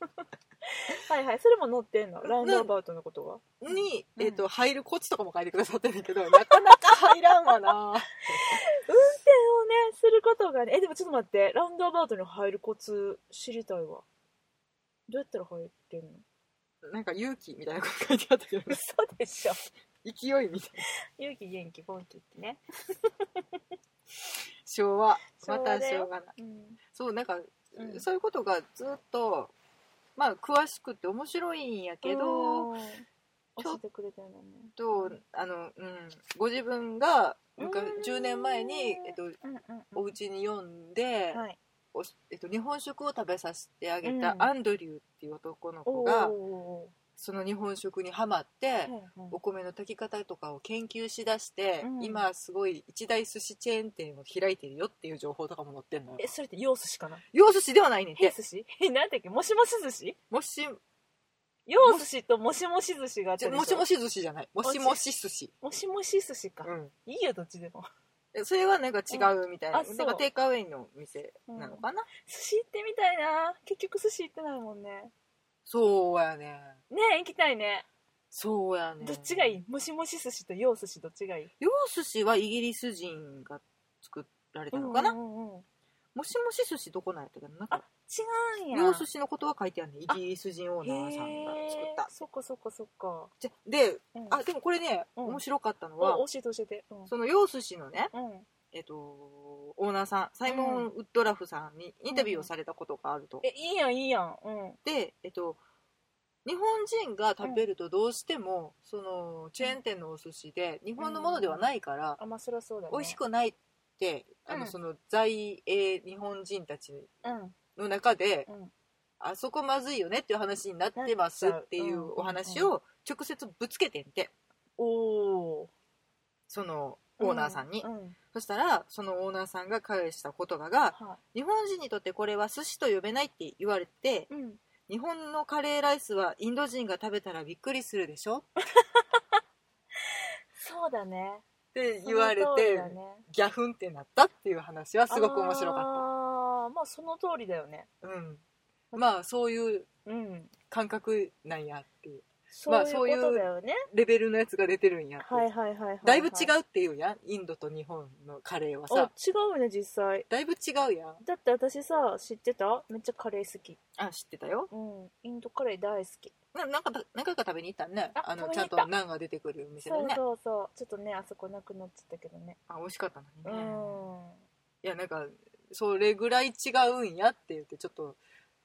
[SPEAKER 1] はいはいそれも載ってんのラウンドアバウトのことが
[SPEAKER 2] に、
[SPEAKER 1] うん
[SPEAKER 2] えっと入るコツとかも書いてくださってるんだけどなかなか入らんわ な
[SPEAKER 1] 運転をねすることがねえでもちょっと待ってラウンドアバウトに入るコツ知りたいわどうやったら入ってんの
[SPEAKER 2] なんか勇気みたいなこと書いてあったけど ね
[SPEAKER 1] 嘘でしょ
[SPEAKER 2] 勢いみたいな
[SPEAKER 1] 勇気元気本気ってね、
[SPEAKER 2] 昭和
[SPEAKER 1] 昭
[SPEAKER 2] ま
[SPEAKER 1] 和
[SPEAKER 2] た
[SPEAKER 1] だよ
[SPEAKER 2] 昭和な
[SPEAKER 1] うん、
[SPEAKER 2] そうなんか、
[SPEAKER 1] うん
[SPEAKER 2] そういうことがずっとまあ詳しくて面白いんやけ
[SPEAKER 1] 教
[SPEAKER 2] ど、ちょ
[SPEAKER 1] えてくれたよね
[SPEAKER 2] とあの、うん、ご自分が昔
[SPEAKER 1] うん
[SPEAKER 2] 10年前に、えっと、
[SPEAKER 1] うんうん
[SPEAKER 2] お家に読んで、
[SPEAKER 1] はい
[SPEAKER 2] おえっと、日本食を食べさせてあげ
[SPEAKER 1] う
[SPEAKER 2] た
[SPEAKER 1] ん
[SPEAKER 2] アンドリューっていう男の子
[SPEAKER 1] お
[SPEAKER 2] が、
[SPEAKER 1] ー
[SPEAKER 2] その日本食にハマって、
[SPEAKER 1] はいはい
[SPEAKER 2] お米の炊き方とかを研究しだして、
[SPEAKER 1] うん
[SPEAKER 2] 今すごい一大寿司チェーン店を開いてるよっていう情報とかも載ってんのよ
[SPEAKER 1] えそれって洋寿司かな
[SPEAKER 2] 洋寿司ではないねん
[SPEAKER 1] 平
[SPEAKER 2] て
[SPEAKER 1] 寿司なんだっけもしもし寿司
[SPEAKER 2] もし
[SPEAKER 1] 洋寿司ともしもし寿司があっ
[SPEAKER 2] じ
[SPEAKER 1] た
[SPEAKER 2] ゃ
[SPEAKER 1] でしょ
[SPEAKER 2] もしもし寿司じゃないもしもし寿司、
[SPEAKER 1] もしもし寿司か、
[SPEAKER 2] うん
[SPEAKER 1] いいよどっちでも
[SPEAKER 2] え、それはなんか違うみたいな,、
[SPEAKER 1] うんあそう
[SPEAKER 2] なんかテイクアウェイの店なのかな、
[SPEAKER 1] 寿司行ってみたいな結局寿司行ってないもんね
[SPEAKER 2] そうやね
[SPEAKER 1] ねえ行きたいね
[SPEAKER 2] そうやね
[SPEAKER 1] どっちがいいもしもし寿司と洋寿司どっちがいい
[SPEAKER 2] 洋寿司はイギリス人が作られたのかな、
[SPEAKER 1] うんうんうんうん
[SPEAKER 2] もしもし寿司どこなんやったかななんか
[SPEAKER 1] 違うんや
[SPEAKER 2] 洋寿司のことは書いてあるねイギリス人オーナーさんが作
[SPEAKER 1] へ
[SPEAKER 2] っ
[SPEAKER 1] え
[SPEAKER 2] た
[SPEAKER 1] そっかそっかそっか、
[SPEAKER 2] じゃで
[SPEAKER 1] うん、
[SPEAKER 2] あでもこれね、
[SPEAKER 1] うん
[SPEAKER 2] 面白かったのは
[SPEAKER 1] お教えて教えてうん
[SPEAKER 2] その洋寿司のね、
[SPEAKER 1] うん
[SPEAKER 2] えっと、オーナーさんサイモン・ウッドラフさんにインタビューをされたことがあると、
[SPEAKER 1] えいいやんいいやんうん
[SPEAKER 2] で、えっと、日本人が食べるとどうしても、そのチェーン店のお寿司で日本のものではないから、
[SPEAKER 1] あまあそりゃそうだね
[SPEAKER 2] 美味しくないってあの、
[SPEAKER 1] うん
[SPEAKER 2] その在英日本人たち
[SPEAKER 1] うん
[SPEAKER 2] の中で、
[SPEAKER 1] うん
[SPEAKER 2] あそこまずいよねっていう話になってますってい
[SPEAKER 1] なっちゃう
[SPEAKER 2] う
[SPEAKER 1] うん
[SPEAKER 2] お話を直接ぶつけてんて
[SPEAKER 1] おお
[SPEAKER 2] そのオーナーさんに、
[SPEAKER 1] うんうん
[SPEAKER 2] そしたらそのオーナーさんが返した言葉が
[SPEAKER 1] は
[SPEAKER 2] 日本人にとってこれは寿司と呼べないって言われて
[SPEAKER 1] いうん
[SPEAKER 2] 日本のカレーライスはインド人が食べたらびっくりするでしょ
[SPEAKER 1] そうだね
[SPEAKER 2] って言われ
[SPEAKER 1] その通り
[SPEAKER 2] て、
[SPEAKER 1] だね
[SPEAKER 2] ギャフンってなったっていう話はすごく面白かっ
[SPEAKER 1] あーあまあその通りだよね
[SPEAKER 2] うん、まあそういう
[SPEAKER 1] うん
[SPEAKER 2] 感覚なんやっていう
[SPEAKER 1] そういうこ
[SPEAKER 2] そういう
[SPEAKER 1] とだよね、
[SPEAKER 2] レベルのやつが出てるんやっていう
[SPEAKER 1] はいはいはいはい、はい、
[SPEAKER 2] だいぶ違
[SPEAKER 1] う
[SPEAKER 2] うっていうやんインドと日本のカレーは
[SPEAKER 1] あ
[SPEAKER 2] さ
[SPEAKER 1] 違うね実際
[SPEAKER 2] だいぶ違うやん
[SPEAKER 1] だって私さ知ってためっちゃカレー好き
[SPEAKER 2] あ知ってたよ
[SPEAKER 1] うんインドカレー大好き
[SPEAKER 2] ななんかた何回か食べに行ったね
[SPEAKER 1] あ
[SPEAKER 2] あの
[SPEAKER 1] 食べ
[SPEAKER 2] ち
[SPEAKER 1] に
[SPEAKER 2] ゃ
[SPEAKER 1] 行っ
[SPEAKER 2] ん
[SPEAKER 1] た
[SPEAKER 2] とナンが出てくる店で
[SPEAKER 1] そう
[SPEAKER 2] ね
[SPEAKER 1] そうそうちょっとねあそこなくなっちゃったけどね
[SPEAKER 2] あ美味しかったのに
[SPEAKER 1] うん
[SPEAKER 2] ね、いやなんかそれぐらい違うんやって言ってちょっと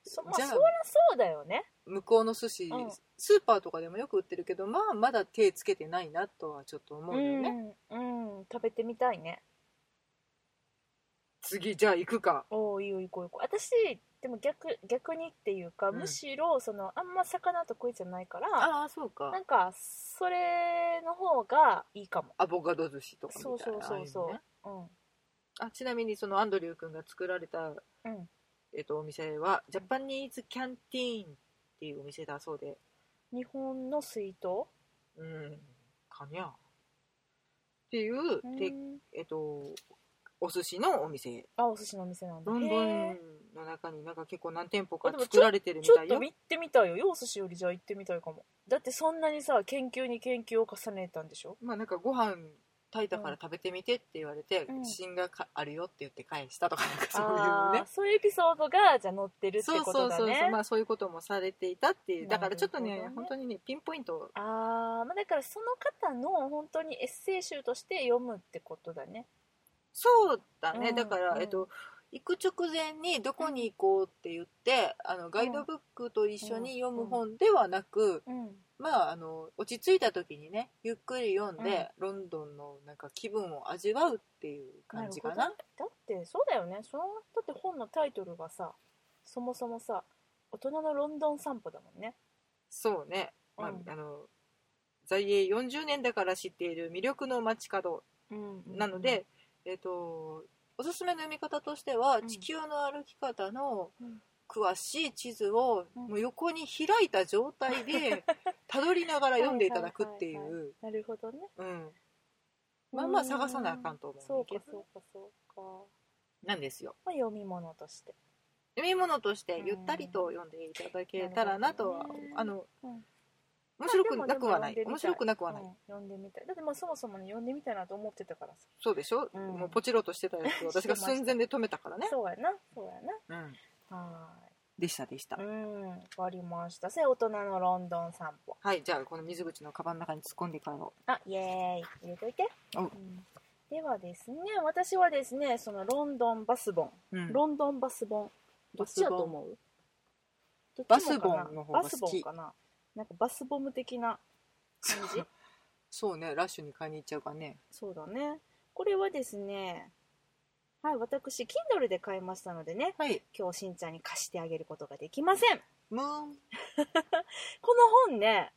[SPEAKER 1] そまあ
[SPEAKER 2] じゃあ
[SPEAKER 1] そりゃそうだよね
[SPEAKER 2] 向こうの寿司、
[SPEAKER 1] うん
[SPEAKER 2] スーパーとかでもよく売ってるけどまあまだ手つけてないなとはちょっと思うよね、
[SPEAKER 1] うん、うん、食べてみたいね
[SPEAKER 2] 次じゃあ行くか
[SPEAKER 1] おおいいよ行こう行こう私でも逆逆にっていうか、
[SPEAKER 2] うん
[SPEAKER 1] むしろそのあんま魚得意じゃないから
[SPEAKER 2] ああそうか
[SPEAKER 1] なんかそれの方がいいかも
[SPEAKER 2] アボカド寿司とかみたい
[SPEAKER 1] そ
[SPEAKER 2] な
[SPEAKER 1] うそうそう
[SPEAKER 2] ああい
[SPEAKER 1] そ
[SPEAKER 2] のね
[SPEAKER 1] ううん
[SPEAKER 2] あちなみにそのアンドリュー君が作られた、
[SPEAKER 1] うん
[SPEAKER 2] えっとお店はジャパニーズキャンティーンっていうお店だそうで
[SPEAKER 1] 日本の水筒
[SPEAKER 2] うんかにゃっていう、
[SPEAKER 1] う
[SPEAKER 2] で
[SPEAKER 1] ん
[SPEAKER 2] えっとお寿司のお店
[SPEAKER 1] あお寿司のお店なんだ
[SPEAKER 2] ロンド
[SPEAKER 1] へ
[SPEAKER 2] ンの中になんか結構何店舗
[SPEAKER 1] あ
[SPEAKER 2] か
[SPEAKER 1] でもちょ
[SPEAKER 2] 作られてる
[SPEAKER 1] ー
[SPEAKER 2] み
[SPEAKER 1] ちょ
[SPEAKER 2] た
[SPEAKER 1] っ
[SPEAKER 2] い
[SPEAKER 1] と
[SPEAKER 2] よ
[SPEAKER 1] 行ってみたいよよお寿司よりじゃあ行ってみたいかもだってそんなにさ研究に研究を重ねたんでしょ
[SPEAKER 2] まあなんかご飯炊いたから食べてみてって言われて、
[SPEAKER 1] うん
[SPEAKER 2] 自信がかあるよって言って返したとかなんか
[SPEAKER 1] あ
[SPEAKER 2] そういう
[SPEAKER 1] ー
[SPEAKER 2] ね
[SPEAKER 1] そういうエピソードがじゃあ載ってるって
[SPEAKER 2] そう
[SPEAKER 1] こ
[SPEAKER 2] そ
[SPEAKER 1] と
[SPEAKER 2] う
[SPEAKER 1] だ
[SPEAKER 2] そうそう、
[SPEAKER 1] ね
[SPEAKER 2] まあ、そういうこともされていたっていうだからちょっとね
[SPEAKER 1] なるほどね
[SPEAKER 2] 本当にねピンポイント
[SPEAKER 1] あーまあだからその方の本当にエッセイ集として読むってことだね
[SPEAKER 2] そうだね、
[SPEAKER 1] うん
[SPEAKER 2] だから、
[SPEAKER 1] うん
[SPEAKER 2] えっと行く直前にどこに行こうって言って、あのガイドブックと一緒に読む本ではなく、
[SPEAKER 1] うん
[SPEAKER 2] まああの落ち着いた時にねゆっくり読んで、ロンドンのなんか気分を味わうっていう感じかな
[SPEAKER 1] るほどだってそうだよねそのだって本のタイトルがさそもそもさ大人のロンドン散歩だもんね
[SPEAKER 2] そうね、まあ
[SPEAKER 1] うん
[SPEAKER 2] あの在英40年だから知っている魅力の街角
[SPEAKER 1] うん
[SPEAKER 2] なので、えっとおすすめの読み方としては、
[SPEAKER 1] うん
[SPEAKER 2] 地球の歩き方の
[SPEAKER 1] うん
[SPEAKER 2] 詳しい地図を、
[SPEAKER 1] うん
[SPEAKER 2] もう横に開いた状 態でたどりながら読んでいただくってい
[SPEAKER 1] はいは
[SPEAKER 2] う、
[SPEAKER 1] なるほどね
[SPEAKER 2] うん、まあまあ探さなあかんと思
[SPEAKER 1] そううん
[SPEAKER 2] だ
[SPEAKER 1] か
[SPEAKER 2] け
[SPEAKER 1] そう
[SPEAKER 2] ど
[SPEAKER 1] かそうか、
[SPEAKER 2] なんですよ
[SPEAKER 1] まあ、読み物として
[SPEAKER 2] 読み物としてゆったりと読んでいただけたらなとは、
[SPEAKER 1] うん
[SPEAKER 2] あの、
[SPEAKER 1] うん
[SPEAKER 2] 面白くなくはな
[SPEAKER 1] まあで
[SPEAKER 2] い
[SPEAKER 1] もでも読んでみたい
[SPEAKER 2] 面白くなくはない、
[SPEAKER 1] うん読んでみたいだってまあそもそもね読んでみたいなと思ってたからさ、
[SPEAKER 2] そうでしょ、
[SPEAKER 1] うん
[SPEAKER 2] もうポチロとしてたやつを私が寸前で止めたからね、
[SPEAKER 1] そうやなそうや
[SPEAKER 2] うん、
[SPEAKER 1] なは
[SPEAKER 2] でしたでした、
[SPEAKER 1] ーいうんわかりましたそれ大人のロンドン散歩
[SPEAKER 2] はいじゃあこの水口のカバンの中に突っ込んで帰ろ
[SPEAKER 1] あイエーイ入れといて、
[SPEAKER 2] お
[SPEAKER 1] うんではですね私はですねそのロンドンバスボン、
[SPEAKER 2] う、うん
[SPEAKER 1] ロンドンバスボンどっちやと思うどっ
[SPEAKER 2] バ
[SPEAKER 1] ちも
[SPEAKER 2] ス
[SPEAKER 1] か
[SPEAKER 2] ボ
[SPEAKER 1] な
[SPEAKER 2] ンの方が好き
[SPEAKER 1] バスボンかななんかバスボム的な感 じ
[SPEAKER 2] そうねラッシュに買いに行っちゃうからね
[SPEAKER 1] そうだねこれはですねはい私 Kindle で買いましたのでね
[SPEAKER 2] はい
[SPEAKER 1] 今日しんちゃんに貸してあげることができません
[SPEAKER 2] ムーン
[SPEAKER 1] この本ね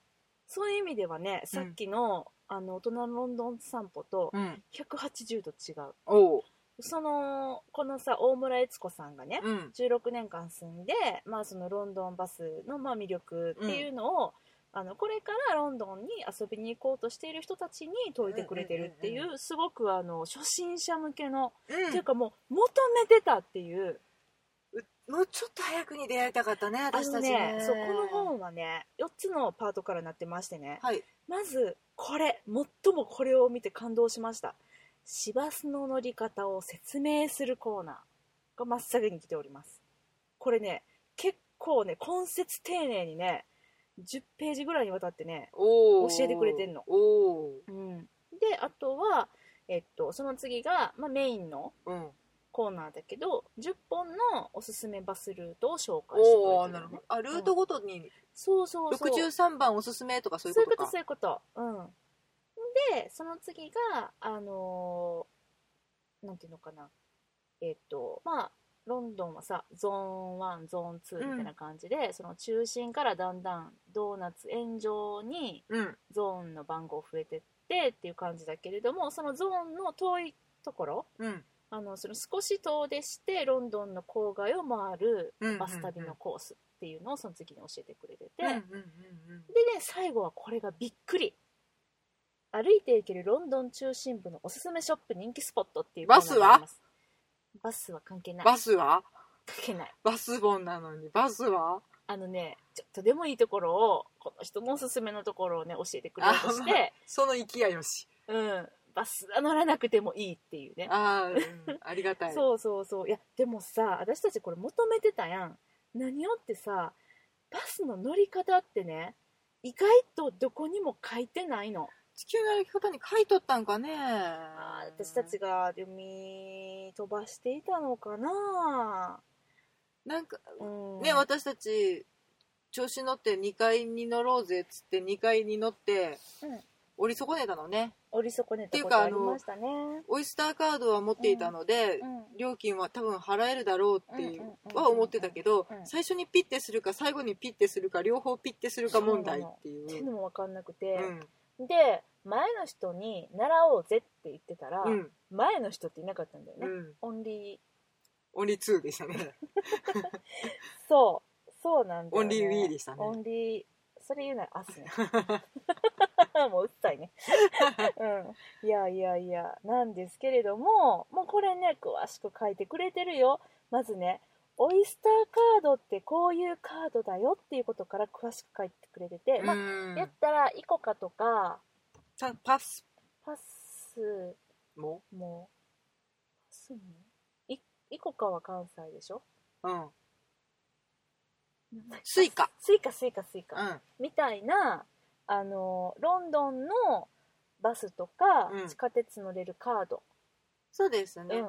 [SPEAKER 1] そういう意味ではねさっきの,、あの大人のロンドン散歩と
[SPEAKER 2] うん
[SPEAKER 1] 180度違う
[SPEAKER 2] おう
[SPEAKER 1] そのこのさ大村悦子さんがね、
[SPEAKER 2] うん
[SPEAKER 1] 16年間住んで、まあ、そのロンドンバスのまあ魅力っていうのを、あのこれからロンドンに遊びに行こうとしている人たちに説いてくれてるっていう,、
[SPEAKER 2] うんうん
[SPEAKER 1] すごくあの初心者向けの、
[SPEAKER 2] うん
[SPEAKER 1] っていうかもう求めてたっていう
[SPEAKER 2] もうちょっと早くに出会いたかったね
[SPEAKER 1] あ
[SPEAKER 2] 私
[SPEAKER 1] の
[SPEAKER 2] たちね
[SPEAKER 1] ねそうこの本はね4つのパートからなってましてね
[SPEAKER 2] はい
[SPEAKER 1] まずこれ最もこれを見て感動しました市バスの乗り方を説明するコーナーが真っ先に来ておりますこれね結構ね根節丁寧にね10ページぐらいにわたってね、
[SPEAKER 2] おー
[SPEAKER 1] 教えてくれてんの
[SPEAKER 2] おー
[SPEAKER 1] うん、であとは、えっと、その次が、まあ、メインの
[SPEAKER 2] うん
[SPEAKER 1] コーナーだけど10本のおすすめバスルートを紹介して
[SPEAKER 2] お
[SPEAKER 1] く
[SPEAKER 2] お
[SPEAKER 1] れて
[SPEAKER 2] な
[SPEAKER 1] るの
[SPEAKER 2] るほ
[SPEAKER 1] ね
[SPEAKER 2] どあルートごとに
[SPEAKER 1] そうそうそう
[SPEAKER 2] 63番おすすめとかそういうことか
[SPEAKER 1] そういうことそういうことうんでその次があのーなんていうのかなえっ、とまあロンドンはさゾーン1ゾーン2みたいな感じで、その中心からだんだんドーナツ円状に
[SPEAKER 2] うん
[SPEAKER 1] ゾーンの番号増えてってっていう感じだけれどもそのゾーンの遠いところ
[SPEAKER 2] うん
[SPEAKER 1] あのその少し遠出してロンドンの郊外を回る
[SPEAKER 2] うん
[SPEAKER 1] バス旅のコースっていうのをその次に教えてくれてて、
[SPEAKER 2] うんうんうんうん
[SPEAKER 1] でね最後はこれがびっくり歩いて行けるロンドン中心部のおすすめショップ人気スポットっていう
[SPEAKER 2] バスは
[SPEAKER 1] コーナーがありますバスは関係ない
[SPEAKER 2] バスは
[SPEAKER 1] けない
[SPEAKER 2] バスボンなのにバスは
[SPEAKER 1] あのねちょっとでもいいところをこの人のおすすめのところをね教えてくれようとし
[SPEAKER 2] あま
[SPEAKER 1] て、
[SPEAKER 2] その勢いよし
[SPEAKER 1] うん、バスは乗らなくてもいいっていうね
[SPEAKER 2] ああ、うんありがた い
[SPEAKER 1] そうそうそういやでもさ私たちこれ求めてたやん何をってさバスの乗り方ってね意外とどこにも書いてないの
[SPEAKER 2] 地球の歩き方に書いとったんかね
[SPEAKER 1] あー私たちが読み飛ばしていたのかな、
[SPEAKER 2] なんか
[SPEAKER 1] うん、
[SPEAKER 2] ね、私たち調子乗って2階に乗ろうぜっつって2階に乗って、
[SPEAKER 1] うん
[SPEAKER 2] 降り損ねたのね
[SPEAKER 1] 折り損ねたこ
[SPEAKER 2] っていう
[SPEAKER 1] と
[SPEAKER 2] か
[SPEAKER 1] あ
[SPEAKER 2] あ
[SPEAKER 1] り
[SPEAKER 2] の
[SPEAKER 1] ましたね
[SPEAKER 2] オイスターカードは持っていたので、
[SPEAKER 1] うん
[SPEAKER 2] 料金は多分払えるだろうってい
[SPEAKER 1] うんうんうん
[SPEAKER 2] う
[SPEAKER 1] うん
[SPEAKER 2] は思ってたけど、
[SPEAKER 1] うん
[SPEAKER 2] 最初にピッてするか最後にピッてするか両方ピッてするか問題ってい
[SPEAKER 1] っていう
[SPEAKER 2] う。
[SPEAKER 1] のも分かんなく
[SPEAKER 2] う
[SPEAKER 1] て、
[SPEAKER 2] ん
[SPEAKER 1] で前の人に習おうぜって言ってたら、
[SPEAKER 2] うん
[SPEAKER 1] 前の人っていなかったんだよね
[SPEAKER 2] う、ん、
[SPEAKER 1] オンリ
[SPEAKER 2] オンリーツーでしたね
[SPEAKER 1] ーそうそうなんだよ、ね、
[SPEAKER 2] オンリーウィーでしたね
[SPEAKER 1] オンリーそれ言うならア スねもううっさいね、うん、いやいやいやなんですけれどももうこれね詳しく書いてくれてるよまずねオイスターカードってこういうカードだよっていうことから詳しく書いてくれてて、まあ
[SPEAKER 2] うん
[SPEAKER 1] 言ったらイコカとか
[SPEAKER 2] たパス
[SPEAKER 1] パス
[SPEAKER 2] も、
[SPEAKER 1] もうすんのいイコカは関西でしょ
[SPEAKER 2] うん、スイカ、
[SPEAKER 1] スイカスイカスイ
[SPEAKER 2] う
[SPEAKER 1] カ、
[SPEAKER 2] ん、
[SPEAKER 1] みたいなあのロンドンのバスとか、
[SPEAKER 2] うん
[SPEAKER 1] 地下鉄乗れるカード、
[SPEAKER 2] そうですね、
[SPEAKER 1] うん、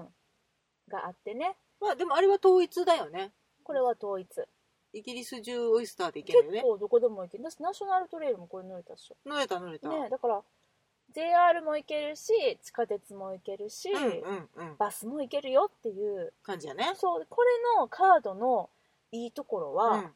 [SPEAKER 1] があってね
[SPEAKER 2] まあでもあれは統一だよね
[SPEAKER 1] これは統一、
[SPEAKER 2] イギリス中オイスターで行け
[SPEAKER 1] 結
[SPEAKER 2] るよね
[SPEAKER 1] 構どこでも行けるだしナショナルトレイルもこれ乗れたでしょ
[SPEAKER 2] 乗れた乗れた、
[SPEAKER 1] ねだから JR も行けるし地下鉄も行けるし、
[SPEAKER 2] うんうんうん
[SPEAKER 1] バスも行けるよっていう
[SPEAKER 2] 感じやね
[SPEAKER 1] そうこれのカードのいいところは、
[SPEAKER 2] うん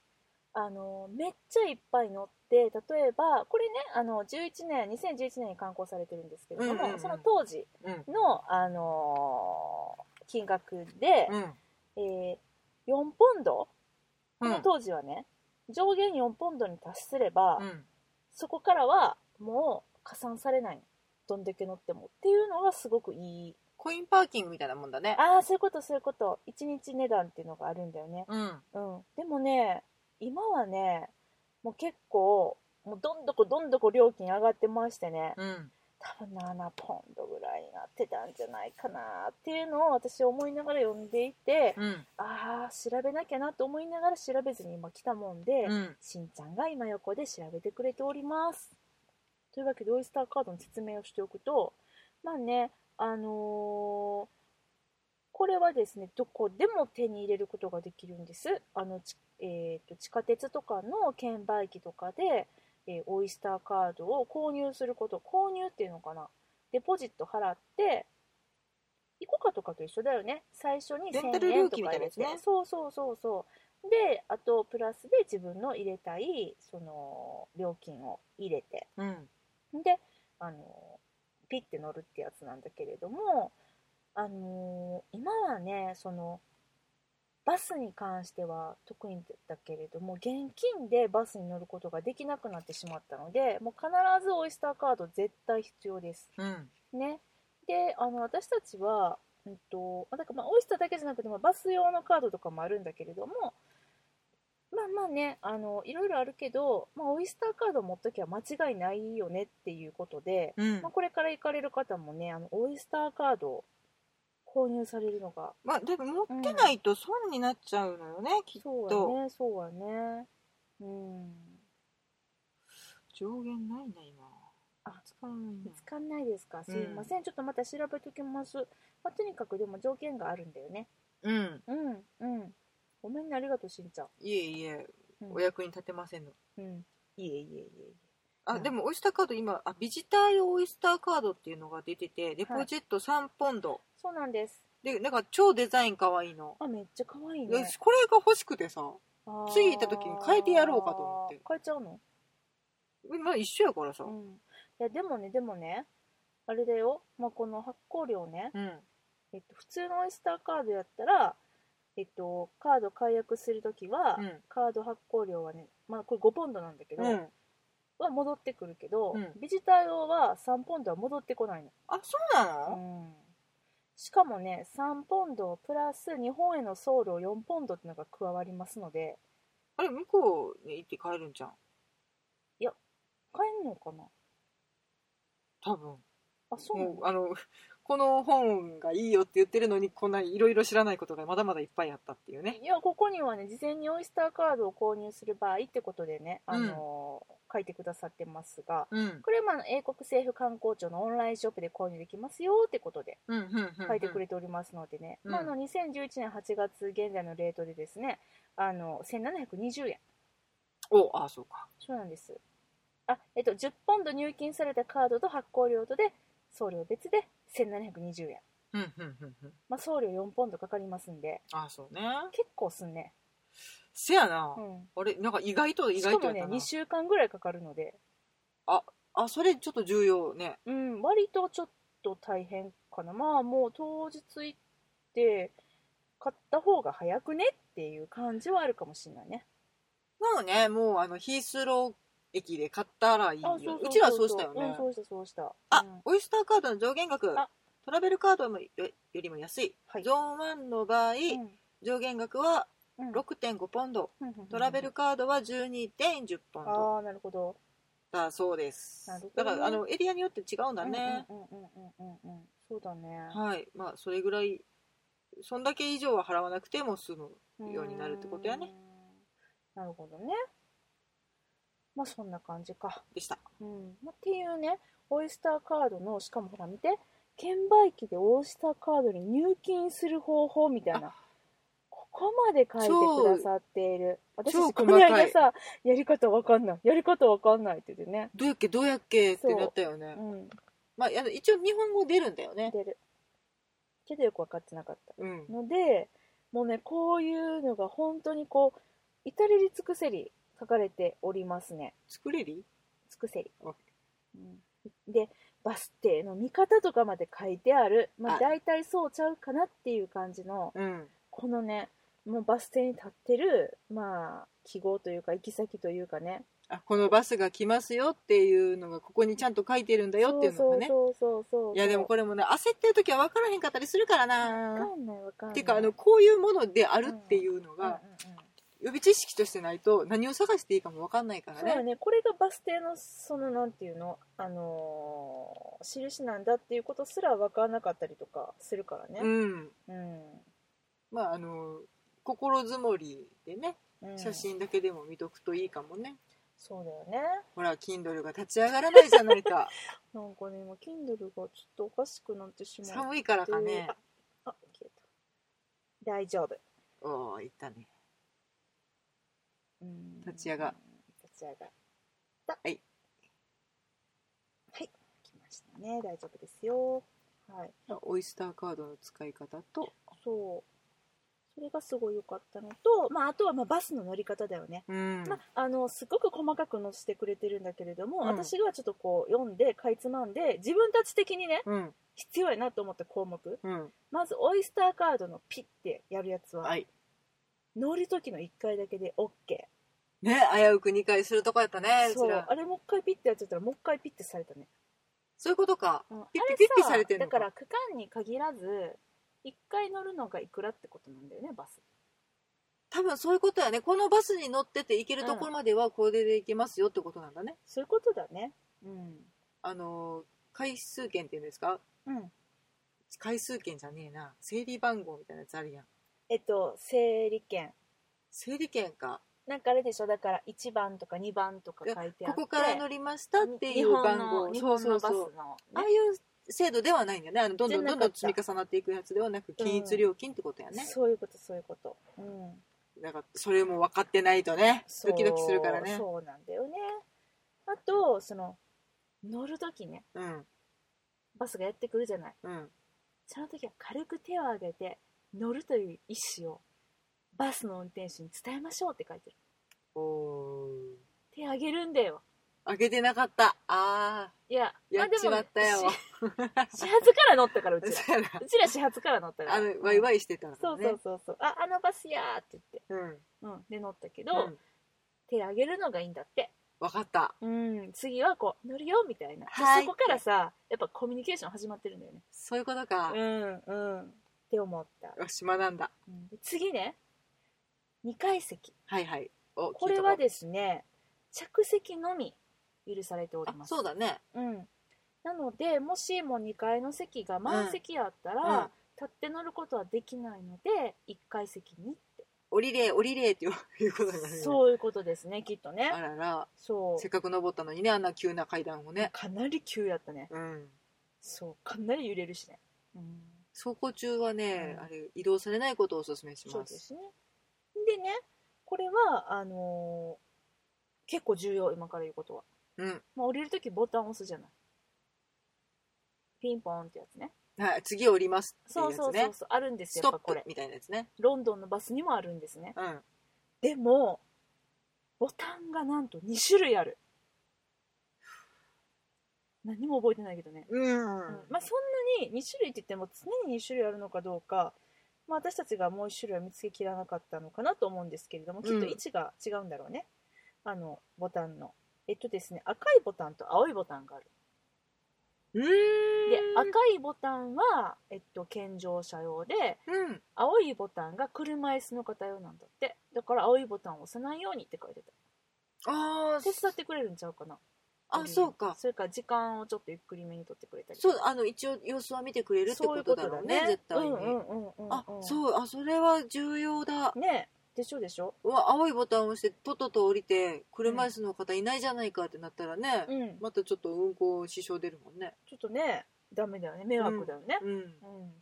[SPEAKER 1] あのめっちゃいっぱい乗って例えばこれねあの11年2011年に刊行されてるんですけれども、
[SPEAKER 2] うんうんうん
[SPEAKER 1] その当時
[SPEAKER 2] うん
[SPEAKER 1] の、あのー金額で、
[SPEAKER 2] うん
[SPEAKER 1] えー4ポンド、
[SPEAKER 2] う
[SPEAKER 1] こ
[SPEAKER 2] ん
[SPEAKER 1] の当時はね上限4ポンドに達すれば、
[SPEAKER 2] うん
[SPEAKER 1] そこからはもう加算されないどんだけ乗ってもっていうのがすごくいい
[SPEAKER 2] コインパーキングみたいなもんだね
[SPEAKER 1] ああそういうことそういうこと1日値段っていうのがあるんだよね
[SPEAKER 2] うん
[SPEAKER 1] うん、でもね今はねもう結構もうどんどこどんどこ料金上がってましてね
[SPEAKER 2] うん
[SPEAKER 1] 多分7ポンドぐらいになってたんじゃないかなっていうのを私思いながら読んでいて
[SPEAKER 2] うん
[SPEAKER 1] ああ調べなきゃなと思いながら調べずに今来たもんで、
[SPEAKER 2] うん
[SPEAKER 1] しんちゃんが今横で調べてくれております。というわけでオイスターカードの説明をしておくとまあねあのーこれはですねどこでも手に入れることができるんですあの、ちえーと地下鉄とかの券売機とかで、えーオイスターカードを購入すること購入っていうのかなデポジット払ってイコカとかと一緒だよね最初に
[SPEAKER 2] レンタル
[SPEAKER 1] 1000円
[SPEAKER 2] 料
[SPEAKER 1] と
[SPEAKER 2] 金
[SPEAKER 1] か入
[SPEAKER 2] みたいな
[SPEAKER 1] れ
[SPEAKER 2] やつ
[SPEAKER 1] て、
[SPEAKER 2] ね
[SPEAKER 1] そうそうそうそうであとプラスで自分の入れたいその料金を入れて
[SPEAKER 2] うん
[SPEAKER 1] であのピッて乗るってやつなんだけれどもあの今はねそのバスに関しては特にだけれども現金でバスに乗ることができなくなってしまったのでもう必ずオイスターカード絶対必要です。
[SPEAKER 2] うん
[SPEAKER 1] ね、であの私たちは、うんとまあ、だからまあオイスターだけじゃなくて、まあ、バス用のカードとかもあるんだけれどもまあまあねあのいろいろあるけど、まあ、オイスターカード持っときゃ間違いないよねっていうことで、
[SPEAKER 2] うん
[SPEAKER 1] まあ、これから行かれる方もねあのオイスターカードを購入されるのが
[SPEAKER 2] まあでも持ってないと損になっちゃうのよねきっ
[SPEAKER 1] そう
[SPEAKER 2] と
[SPEAKER 1] やねそうはねうん
[SPEAKER 2] 上限ないな今
[SPEAKER 1] あ
[SPEAKER 2] 使わないな
[SPEAKER 1] 見つかんないですかすいません、ちょっとまた調べときます、まあ、とにかくでも条件があるんだよね
[SPEAKER 2] うん
[SPEAKER 1] うんうんごめんねありがとうしんちゃん、
[SPEAKER 2] いえいえ
[SPEAKER 1] うん、
[SPEAKER 2] お役に立てませんの
[SPEAKER 1] うんいえいえいえいえう
[SPEAKER 2] あ
[SPEAKER 1] ん
[SPEAKER 2] でもオイスターカード今あビジター用オイスターカードっていうのが出ててデポジット3ポンド
[SPEAKER 1] そうなんです
[SPEAKER 2] でなんか超デザインかわいいの
[SPEAKER 1] あめっちゃ可愛い
[SPEAKER 2] いや
[SPEAKER 1] ね
[SPEAKER 2] これが欲しくてさ
[SPEAKER 1] あー
[SPEAKER 2] 次行った時に変えてやろうかと思って
[SPEAKER 1] 変えちゃうの
[SPEAKER 2] まあ一緒やからさ
[SPEAKER 1] うんいやでもねでもねあれだよ、まあ、この発行量ね、
[SPEAKER 2] うん
[SPEAKER 1] えっと、普通のオイスターカードやったらえっとカード解約する時は、
[SPEAKER 2] うん
[SPEAKER 1] カード発行量はねまあこれ5ポンドなんだけど、
[SPEAKER 2] うん
[SPEAKER 1] は戻ってくるけど、
[SPEAKER 2] うん
[SPEAKER 1] ビジター用は3ポンドは戻ってこないの
[SPEAKER 2] あそうな
[SPEAKER 1] う
[SPEAKER 2] の
[SPEAKER 1] んしかもね3ポンドプラス日本への送料4ポンドってのが加わりますので
[SPEAKER 2] あれ向こうに行って帰るんじゃん
[SPEAKER 1] 買えんのかな
[SPEAKER 2] 多分
[SPEAKER 1] あそうな
[SPEAKER 2] も
[SPEAKER 1] の
[SPEAKER 2] うあのこの本がいいよって言ってるのにこんないろいろ知らないことがまだまだいっぱいあったっていうね
[SPEAKER 1] いやここにはね事前にオイスターカードを購入する場合ってことでね、あのー書いてくださってますが
[SPEAKER 2] うん
[SPEAKER 1] これはまあ英国政府観光庁のオンラインショップで購入できますよってことで
[SPEAKER 2] うんうんうん
[SPEAKER 1] 書いてくれておりますのでね、
[SPEAKER 2] うん
[SPEAKER 1] まあ、あの2011年8月現在のレートでですねあの1720円
[SPEAKER 2] おあそうか
[SPEAKER 1] そうなんですあ、えっと、10ポンド入金されたカードと発行料とで送料別で1720円、
[SPEAKER 2] うんうんうんうん
[SPEAKER 1] まあ、送料4ポンドかかりますんで
[SPEAKER 2] あそうね
[SPEAKER 1] 結構すんね、
[SPEAKER 2] せやな、
[SPEAKER 1] う
[SPEAKER 2] あれなんか意外と
[SPEAKER 1] ん、
[SPEAKER 2] 意
[SPEAKER 1] し
[SPEAKER 2] 外
[SPEAKER 1] か
[SPEAKER 2] と
[SPEAKER 1] も
[SPEAKER 2] やっ
[SPEAKER 1] ね
[SPEAKER 2] たな
[SPEAKER 1] 2週間ぐらいかかるので、
[SPEAKER 2] あそれちょっと重要ね
[SPEAKER 1] うん、割とちょっと大変かなまあもう当日行って買った方が早くねっていう感じはあるかもしれないね
[SPEAKER 2] なのねもうあのヒースロー駅で買ったらいいよ
[SPEAKER 1] あそうそう
[SPEAKER 2] ちらはそうしたよね、
[SPEAKER 1] んそうしたそうした
[SPEAKER 2] あ、
[SPEAKER 1] うん
[SPEAKER 2] オイスターカードの上限額
[SPEAKER 1] あ
[SPEAKER 2] トラベルカードよよりも安い、
[SPEAKER 1] はい
[SPEAKER 2] ゾーン1の場合、上限額は
[SPEAKER 1] うんうん
[SPEAKER 2] 6.5ポンドトラベ
[SPEAKER 1] うん
[SPEAKER 2] ルカードは12.10ポンド
[SPEAKER 1] ああなるほど
[SPEAKER 2] だそうです
[SPEAKER 1] なるほど
[SPEAKER 2] だ
[SPEAKER 1] ね
[SPEAKER 2] からあのエリアによって違うんだね、
[SPEAKER 1] うんうんうんうんうんうんそうだね
[SPEAKER 2] はいまあそれぐらいそんだけ以上は払わなくても済むようになるってことや
[SPEAKER 1] う
[SPEAKER 2] ね
[SPEAKER 1] ーんなるほどねまあそんな感じか、
[SPEAKER 2] でした
[SPEAKER 1] うんまあ、っていうねオイスターカードのしかもほら見て券売機でオイスターカードに入金する方法みたいなここまで書いてくださっている私
[SPEAKER 2] 超細か
[SPEAKER 1] こ
[SPEAKER 2] い
[SPEAKER 1] の間さやり方わかんないやり方わかんないって言ってね
[SPEAKER 2] どうやっけどうやっけって
[SPEAKER 1] そう
[SPEAKER 2] なったよね
[SPEAKER 1] うん
[SPEAKER 2] まああの一応日本語出るんだよね
[SPEAKER 1] 出るけどよく分かってなかった
[SPEAKER 2] うん
[SPEAKER 1] のでもうねこういうのが本当にこう至れり尽くせり書かれておりますね
[SPEAKER 2] 作れり
[SPEAKER 1] 尽くせり
[SPEAKER 2] あ、
[SPEAKER 1] うん、でバス停の見方とかまで書いてある、まあ、
[SPEAKER 2] あ
[SPEAKER 1] 大体そうちゃうかなっていう感じの
[SPEAKER 2] うん
[SPEAKER 1] このねもうバス停に立ってるまあ記号というか行き先というかね
[SPEAKER 2] あこのバスが来ますよっていうのがここにちゃんと書いてるんだよっていうのがね
[SPEAKER 1] そうそうそうそうそう
[SPEAKER 2] いやでもこれもね焦ってる時は分からへんかったりするか
[SPEAKER 1] わ
[SPEAKER 2] らな
[SPEAKER 1] かんないわかんない
[SPEAKER 2] ていうかあのこういうものであるっていうの
[SPEAKER 1] うんうんう
[SPEAKER 2] が
[SPEAKER 1] ん
[SPEAKER 2] 予備知識としてないと何を探していいかも分かんないから
[SPEAKER 1] そうだ
[SPEAKER 2] ね
[SPEAKER 1] ね、これがバス停のそのなんていうの、あのー印なんだっていうことすら分からなかったりとかするから
[SPEAKER 2] う
[SPEAKER 1] ね、
[SPEAKER 2] ん
[SPEAKER 1] うん
[SPEAKER 2] まああの心づもりでね
[SPEAKER 1] うん
[SPEAKER 2] 写真だけでも見とくといいかもね、
[SPEAKER 1] そうだよね
[SPEAKER 2] ほら Kindle が立ち上がらないじゃない か
[SPEAKER 1] なんかね今 Kindle がちょっとおかしくなってしまう
[SPEAKER 2] 寒いからかね
[SPEAKER 1] あ消えた大丈夫、
[SPEAKER 2] おおいったね
[SPEAKER 1] うん
[SPEAKER 2] 立ち上が
[SPEAKER 1] 立ち上がった
[SPEAKER 2] はい
[SPEAKER 1] はい来ましたね大丈夫ですよはい
[SPEAKER 2] オイスターカードの使い方と
[SPEAKER 1] そうそれがすごい良かったのと、まあ、あとはまあバスの乗り方だよね、
[SPEAKER 2] うん
[SPEAKER 1] まあ、あのすごく細かく載せてくれてるんだけれども、
[SPEAKER 2] うん
[SPEAKER 1] 私がちょっとこう読んでかいつまんで自分たち的にね
[SPEAKER 2] うん
[SPEAKER 1] 必要やなと思った項目
[SPEAKER 2] うん
[SPEAKER 1] まずオイスターカードのピッてやるやつは、
[SPEAKER 2] はい
[SPEAKER 1] 乗る時の1回だけで OK
[SPEAKER 2] ね危うく2回するとこやったねうち
[SPEAKER 1] そう
[SPEAKER 2] ら
[SPEAKER 1] あれもう一回ピッてやっちゃったらもう一回ピッてされたね、
[SPEAKER 2] そういうことか
[SPEAKER 1] うん、
[SPEAKER 2] ピッ
[SPEAKER 1] あ
[SPEAKER 2] て
[SPEAKER 1] れ
[SPEAKER 2] ピッて
[SPEAKER 1] さ
[SPEAKER 2] されてんの
[SPEAKER 1] だ
[SPEAKER 2] か
[SPEAKER 1] から区間に限らず1回乗るのがいくらってことなんだよねバス
[SPEAKER 2] 多分そういうことやねこのバスに乗ってて行けるところまではこれで行けますよってことなんだね、
[SPEAKER 1] そういうことだねうん
[SPEAKER 2] あの回数券っていうんですか
[SPEAKER 1] うん
[SPEAKER 2] 回数券じゃねえな整理番号みたいなやつあるやん
[SPEAKER 1] えっと整理券
[SPEAKER 2] 整理券か
[SPEAKER 1] なんかあれでしょだから1番とか2番とか書いてあって
[SPEAKER 2] ここから乗りましたっていう番号
[SPEAKER 1] 日
[SPEAKER 2] そう
[SPEAKER 1] 本
[SPEAKER 2] そ
[SPEAKER 1] の
[SPEAKER 2] う
[SPEAKER 1] バス
[SPEAKER 2] そう
[SPEAKER 1] の
[SPEAKER 2] ああいう制度ではないんだよねあのどん
[SPEAKER 1] じゃ
[SPEAKER 2] どん
[SPEAKER 1] なか
[SPEAKER 2] ど
[SPEAKER 1] っ
[SPEAKER 2] ん
[SPEAKER 1] た
[SPEAKER 2] どん積み重なっていくやつではなく均一料金ってことやね、
[SPEAKER 1] そういうことそういうこと、うん、
[SPEAKER 2] だからそれも分かってないとね
[SPEAKER 1] そう
[SPEAKER 2] ドキドキするからね
[SPEAKER 1] そうなんだよねあとその乗る時ね
[SPEAKER 2] うん
[SPEAKER 1] バスがやってくるじゃない
[SPEAKER 2] うん
[SPEAKER 1] その時は軽く手を挙げて乗るという意思をバスの運転手に伝えましょうって書いてる
[SPEAKER 2] おー
[SPEAKER 1] 手挙げるんだよ
[SPEAKER 2] 開けてなかったあ
[SPEAKER 1] いや
[SPEAKER 2] ーやっちまったよ、
[SPEAKER 1] し始発から乗ったからうちら
[SPEAKER 2] そうやな
[SPEAKER 1] うちら始発から乗ったから
[SPEAKER 2] あのワイワイしてたのね
[SPEAKER 1] そうそうそうそう、ああのバスやーって言って、
[SPEAKER 2] うん
[SPEAKER 1] うん、で乗ったけど、手上げるのがいいんだって
[SPEAKER 2] 分かった
[SPEAKER 1] うん、次はこう乗るよみたいな、で
[SPEAKER 2] はい
[SPEAKER 1] そこからさやっぱコミュニケーション始まってるんだよね
[SPEAKER 2] そういうことか、
[SPEAKER 1] うんうんって思った、
[SPEAKER 2] よし学んだ
[SPEAKER 1] で次ね2階席
[SPEAKER 2] はいはいお
[SPEAKER 1] これは
[SPEAKER 2] す
[SPEAKER 1] ですね着席のみ許されており
[SPEAKER 2] あ
[SPEAKER 1] ます
[SPEAKER 2] そうだね
[SPEAKER 1] うん、なのでもしも2階の席が満席やったら、
[SPEAKER 2] うんうん
[SPEAKER 1] 立って乗ることはできないので1階席に
[SPEAKER 2] 降りれ降りれっていうことになるよね
[SPEAKER 1] そういうことですねきっとね
[SPEAKER 2] あらら
[SPEAKER 1] そう
[SPEAKER 2] せっかく登ったのにねあんな急な階段をね
[SPEAKER 1] かなり急やったね
[SPEAKER 2] うん
[SPEAKER 1] そうかなり揺れるしね、うん、
[SPEAKER 2] 走行中はね、
[SPEAKER 1] うん
[SPEAKER 2] あれ移動されないことをお勧めし
[SPEAKER 1] そう
[SPEAKER 2] ま
[SPEAKER 1] ですすねでねこれはあのー結構重要今から言うことは、
[SPEAKER 2] うん
[SPEAKER 1] まあ、降りるときボタン押すじゃないピンポンってやつね
[SPEAKER 2] はい次降りますって
[SPEAKER 1] そ
[SPEAKER 2] いうや
[SPEAKER 1] う
[SPEAKER 2] つね
[SPEAKER 1] そうそうそうあるんです
[SPEAKER 2] ス
[SPEAKER 1] よ
[SPEAKER 2] ト
[SPEAKER 1] やっ
[SPEAKER 2] ッ
[SPEAKER 1] ぱこ
[SPEAKER 2] プ
[SPEAKER 1] れ
[SPEAKER 2] みたいなやつね
[SPEAKER 1] ロンドンのバスにもあるんですね
[SPEAKER 2] うん
[SPEAKER 1] でもボタンがなんと2種類ある何も覚えてないけどね、
[SPEAKER 2] うん、
[SPEAKER 1] うんまあそんなに2種類って言っても常に2種類あるのかどうか、まあ、私たちがもう1種類は見つけきらなかったのかなと思うんですけれどもきっと位置が違うんだろうね、あのボタンのえっとですね赤いボタンと青いボタンがある
[SPEAKER 2] うーん
[SPEAKER 1] で赤いボタンは、えっと、健常者用で
[SPEAKER 2] うん
[SPEAKER 1] 青いボタンが車椅子の方用なんだってだから青いボタンを押さないようにって書いてた
[SPEAKER 2] あー
[SPEAKER 1] 手伝ってくれるんちゃうかな
[SPEAKER 2] あそうか
[SPEAKER 1] それから時間をちょっとゆっくりめに取ってくれたり
[SPEAKER 2] そうあの一応様子は見てくれるって
[SPEAKER 1] そうい
[SPEAKER 2] ことだろうね絶対
[SPEAKER 1] う
[SPEAKER 2] に、
[SPEAKER 1] んうんうんうんうん
[SPEAKER 2] あそうあそれは重要だ
[SPEAKER 1] ねでしょでしょ
[SPEAKER 2] うわ青いボタンを押してとっとと降りて車椅子の方いないじゃないかってなったらね、
[SPEAKER 1] うん
[SPEAKER 2] またちょっと運行支障出るもんね
[SPEAKER 1] ちょっとねダメだよね迷惑だよね
[SPEAKER 2] うん、
[SPEAKER 1] うん、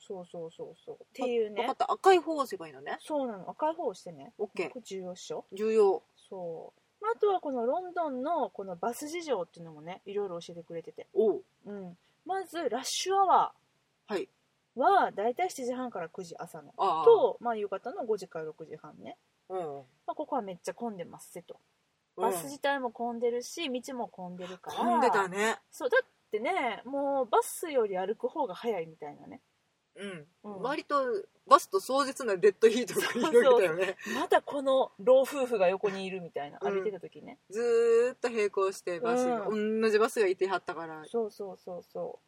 [SPEAKER 1] そうそうそうそうっていう
[SPEAKER 2] 分か
[SPEAKER 1] ね
[SPEAKER 2] った赤い方を押せばいいのね
[SPEAKER 1] そうなの赤い方を押してね
[SPEAKER 2] OK
[SPEAKER 1] これ重要っしょ
[SPEAKER 2] 重要
[SPEAKER 1] そう、まあ、あとはこのロンドンのこのバス事情っていうのもねいろいろ教えてくれてて
[SPEAKER 2] おう
[SPEAKER 1] うんまずラッシュアワ
[SPEAKER 2] はい
[SPEAKER 1] ーはだいたい7時半から9時朝の
[SPEAKER 2] ああ
[SPEAKER 1] と、まあ、夕方の5時から6時半ね、
[SPEAKER 2] うん
[SPEAKER 1] まあ、ここはめっちゃ混んでますせと
[SPEAKER 2] うん
[SPEAKER 1] バス自体も混んでるし道も混んでるから
[SPEAKER 2] 混んでたね
[SPEAKER 1] そうだってねもうバスより歩く方が早いみたいなね
[SPEAKER 2] うん、
[SPEAKER 1] うん
[SPEAKER 2] 割とバスと壮絶なデッドヒートが広げたよね
[SPEAKER 1] まだこの老夫婦が横にいるみたいな
[SPEAKER 2] うん
[SPEAKER 1] 歩いてた時ね、
[SPEAKER 2] ずーっと並行してバスが、
[SPEAKER 1] う
[SPEAKER 2] 同じバスがいてはったから
[SPEAKER 1] そうそうそうそう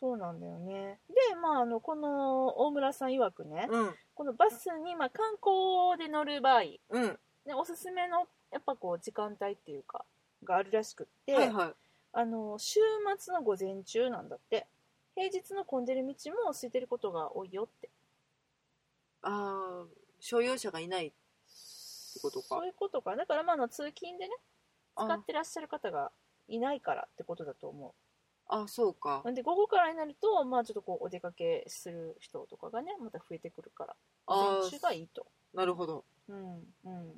[SPEAKER 1] そうなんだよねでまああのこの大村さん曰くね、
[SPEAKER 2] うん
[SPEAKER 1] このバスに、まあ、観光で乗る場合、ね、
[SPEAKER 2] うん
[SPEAKER 1] おすすめのやっぱこう時間帯っていうかがあるらしくって、
[SPEAKER 2] はいはい
[SPEAKER 1] あの週末の午前中なんだって平日の混んでる道も空いてることが多いよって
[SPEAKER 2] ああ所有者がいない
[SPEAKER 1] って
[SPEAKER 2] ことか
[SPEAKER 1] そういうことかだからまああの通勤でね
[SPEAKER 2] あ
[SPEAKER 1] 使ってらっしゃる方がいないからってことだと思
[SPEAKER 2] あそうか
[SPEAKER 1] うなんで午後からになるとまあちょっとこうお出かけする人とかがねまた増えてくるから
[SPEAKER 2] あ
[SPEAKER 1] 午前中が
[SPEAKER 2] あ
[SPEAKER 1] いいと
[SPEAKER 2] なるほど
[SPEAKER 1] うんうん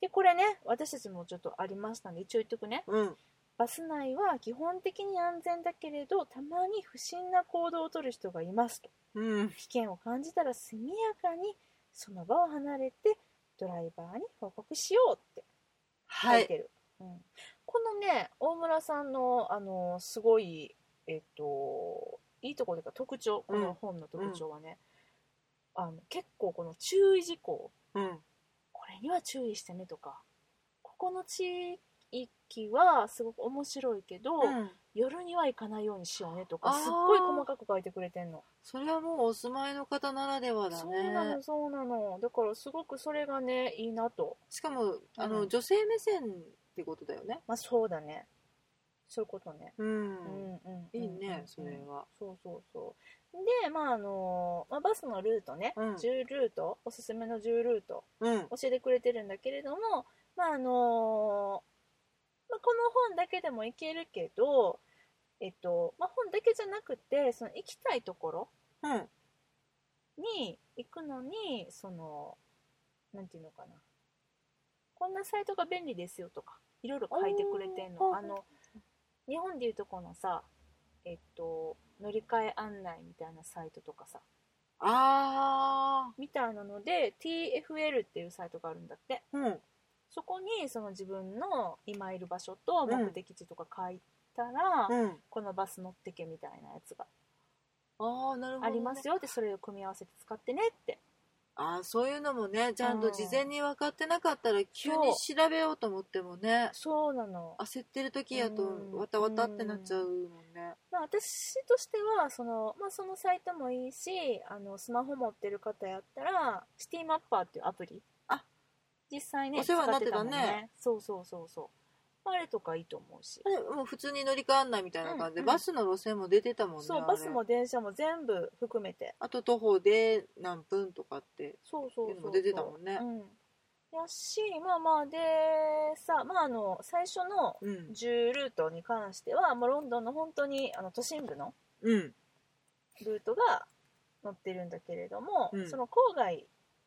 [SPEAKER 1] でこれね私たちもちょっとありましたんで一応言っとくね
[SPEAKER 2] うん
[SPEAKER 1] バス内は基本的に安全だけれどたまに不審な行動をとる人がいますと
[SPEAKER 2] うん
[SPEAKER 1] 危険を感じたら速やかにその場を離れてドライバーに報告しようって書
[SPEAKER 2] はいい
[SPEAKER 1] てる、うん、このね大村さんの、あのすごいえっといいところというか特徴この本の特徴はね、あの結構この注意事項
[SPEAKER 2] うん
[SPEAKER 1] これには注意してねとかここの地域はすごく面白いけど、
[SPEAKER 2] うん
[SPEAKER 1] 夜には行かないようにしようねと
[SPEAKER 2] あ
[SPEAKER 1] か
[SPEAKER 2] ー
[SPEAKER 1] すっごい細かく書いてくれてんの、
[SPEAKER 2] それはもうお住まいの方ならではだね
[SPEAKER 1] そうなのそうなのだからすごくそれがねいいなと
[SPEAKER 2] しかもあの、
[SPEAKER 1] うん
[SPEAKER 2] 女性目線ってことだよね
[SPEAKER 1] まあそうだねそういうことね
[SPEAKER 2] うん、
[SPEAKER 1] うんうん
[SPEAKER 2] いい
[SPEAKER 1] うんうん
[SPEAKER 2] ね
[SPEAKER 1] うん
[SPEAKER 2] それは
[SPEAKER 1] そうそうそうでまああのまあ、バスのルートね、
[SPEAKER 2] うん
[SPEAKER 1] 10ルートおすすめの10ルート
[SPEAKER 2] うん
[SPEAKER 1] 教えてくれてるんだけれどもまああのまあ、この本だけでも行けるけどえっと、まあ、本だけじゃなくてその行きたいところ
[SPEAKER 2] うん
[SPEAKER 1] に行くのにそのなんていうのかなこんなサイトが便利ですよとかいろいろ書いてくれてん
[SPEAKER 2] お
[SPEAKER 1] の
[SPEAKER 2] ー
[SPEAKER 1] あの日本でいうとこのさえっと乗り換え案内みたいなサイトとかさ
[SPEAKER 2] ああ
[SPEAKER 1] みたいなので TFL っていうサイトがあるんだって
[SPEAKER 2] うん
[SPEAKER 1] そこにその自分の今いる場所と目的地とか書いたら、
[SPEAKER 2] うん
[SPEAKER 1] このバス乗ってけみたいなやつが
[SPEAKER 2] ああなるほど、
[SPEAKER 1] あります
[SPEAKER 2] よ
[SPEAKER 1] よってそれを組み合わせて使ってねって
[SPEAKER 2] あーそういうのもねちゃんと事前に分かってなかったら急に調べようと思ってもね
[SPEAKER 1] そうなの
[SPEAKER 2] 焦ってる時や
[SPEAKER 1] うん
[SPEAKER 2] とわたわたってなっちゃうもんね。
[SPEAKER 1] まあ、私としてはその,、まあ、そのサイトもいいしあのスマホ持ってる方やったらシティマッパーっていうアプリ
[SPEAKER 2] あ
[SPEAKER 1] 実際ね
[SPEAKER 2] お世話になってたね
[SPEAKER 1] 使もんそうそうそうそうあれとかいいと思うし、
[SPEAKER 2] あれもう普通に乗り換わんないみたいな感
[SPEAKER 1] う
[SPEAKER 2] じで、
[SPEAKER 1] んうん
[SPEAKER 2] バスの路線も出てたもんね
[SPEAKER 1] そう
[SPEAKER 2] あれ
[SPEAKER 1] バスも電車も全部含めて
[SPEAKER 2] あと徒歩で何分とかって
[SPEAKER 1] そうそう
[SPEAKER 2] い
[SPEAKER 1] そう
[SPEAKER 2] う
[SPEAKER 1] そ
[SPEAKER 2] の
[SPEAKER 1] う
[SPEAKER 2] も出てたもんね
[SPEAKER 1] う。んやしまあまあでさまああの最初の
[SPEAKER 2] うん、
[SPEAKER 1] 10ルートに関しては、まあ、ロンドンの本当にあの都心部の
[SPEAKER 2] うん、
[SPEAKER 1] ルートが載ってるんだけれども、
[SPEAKER 2] うん
[SPEAKER 1] その郊外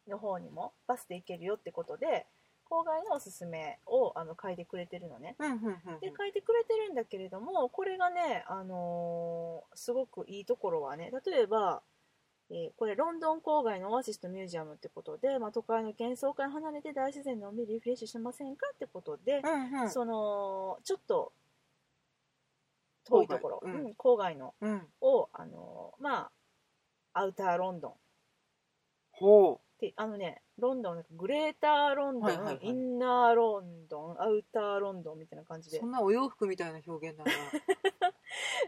[SPEAKER 1] の方にもバスで行けるよってことで郊外のおすすめをあの書いてくれてるのね。
[SPEAKER 2] うん、うん、う
[SPEAKER 1] で
[SPEAKER 2] ん。
[SPEAKER 1] 書いてくれてるんだけれどもこれがね、あのーすごくいいところはね例えば、えーこれロンドン郊外のオアシスとミュージアムってことで、まあ、都会の幻想から離れて大自然の海リフレッシュしませんかってことで、
[SPEAKER 2] うん、うん、
[SPEAKER 1] そのちょっと遠いところ
[SPEAKER 2] 郊外うん
[SPEAKER 1] うん郊外の
[SPEAKER 2] うん、
[SPEAKER 1] をあのまあアウターロンドンっ
[SPEAKER 2] ほ
[SPEAKER 1] てあのねロンドングレーターロンドン、
[SPEAKER 2] はいはいはい
[SPEAKER 1] インナーロンドンアウターロンドンみたいな感
[SPEAKER 2] う。
[SPEAKER 1] じで
[SPEAKER 2] そ
[SPEAKER 1] そうん
[SPEAKER 2] なお洋服みたいな表現だな。
[SPEAKER 1] そう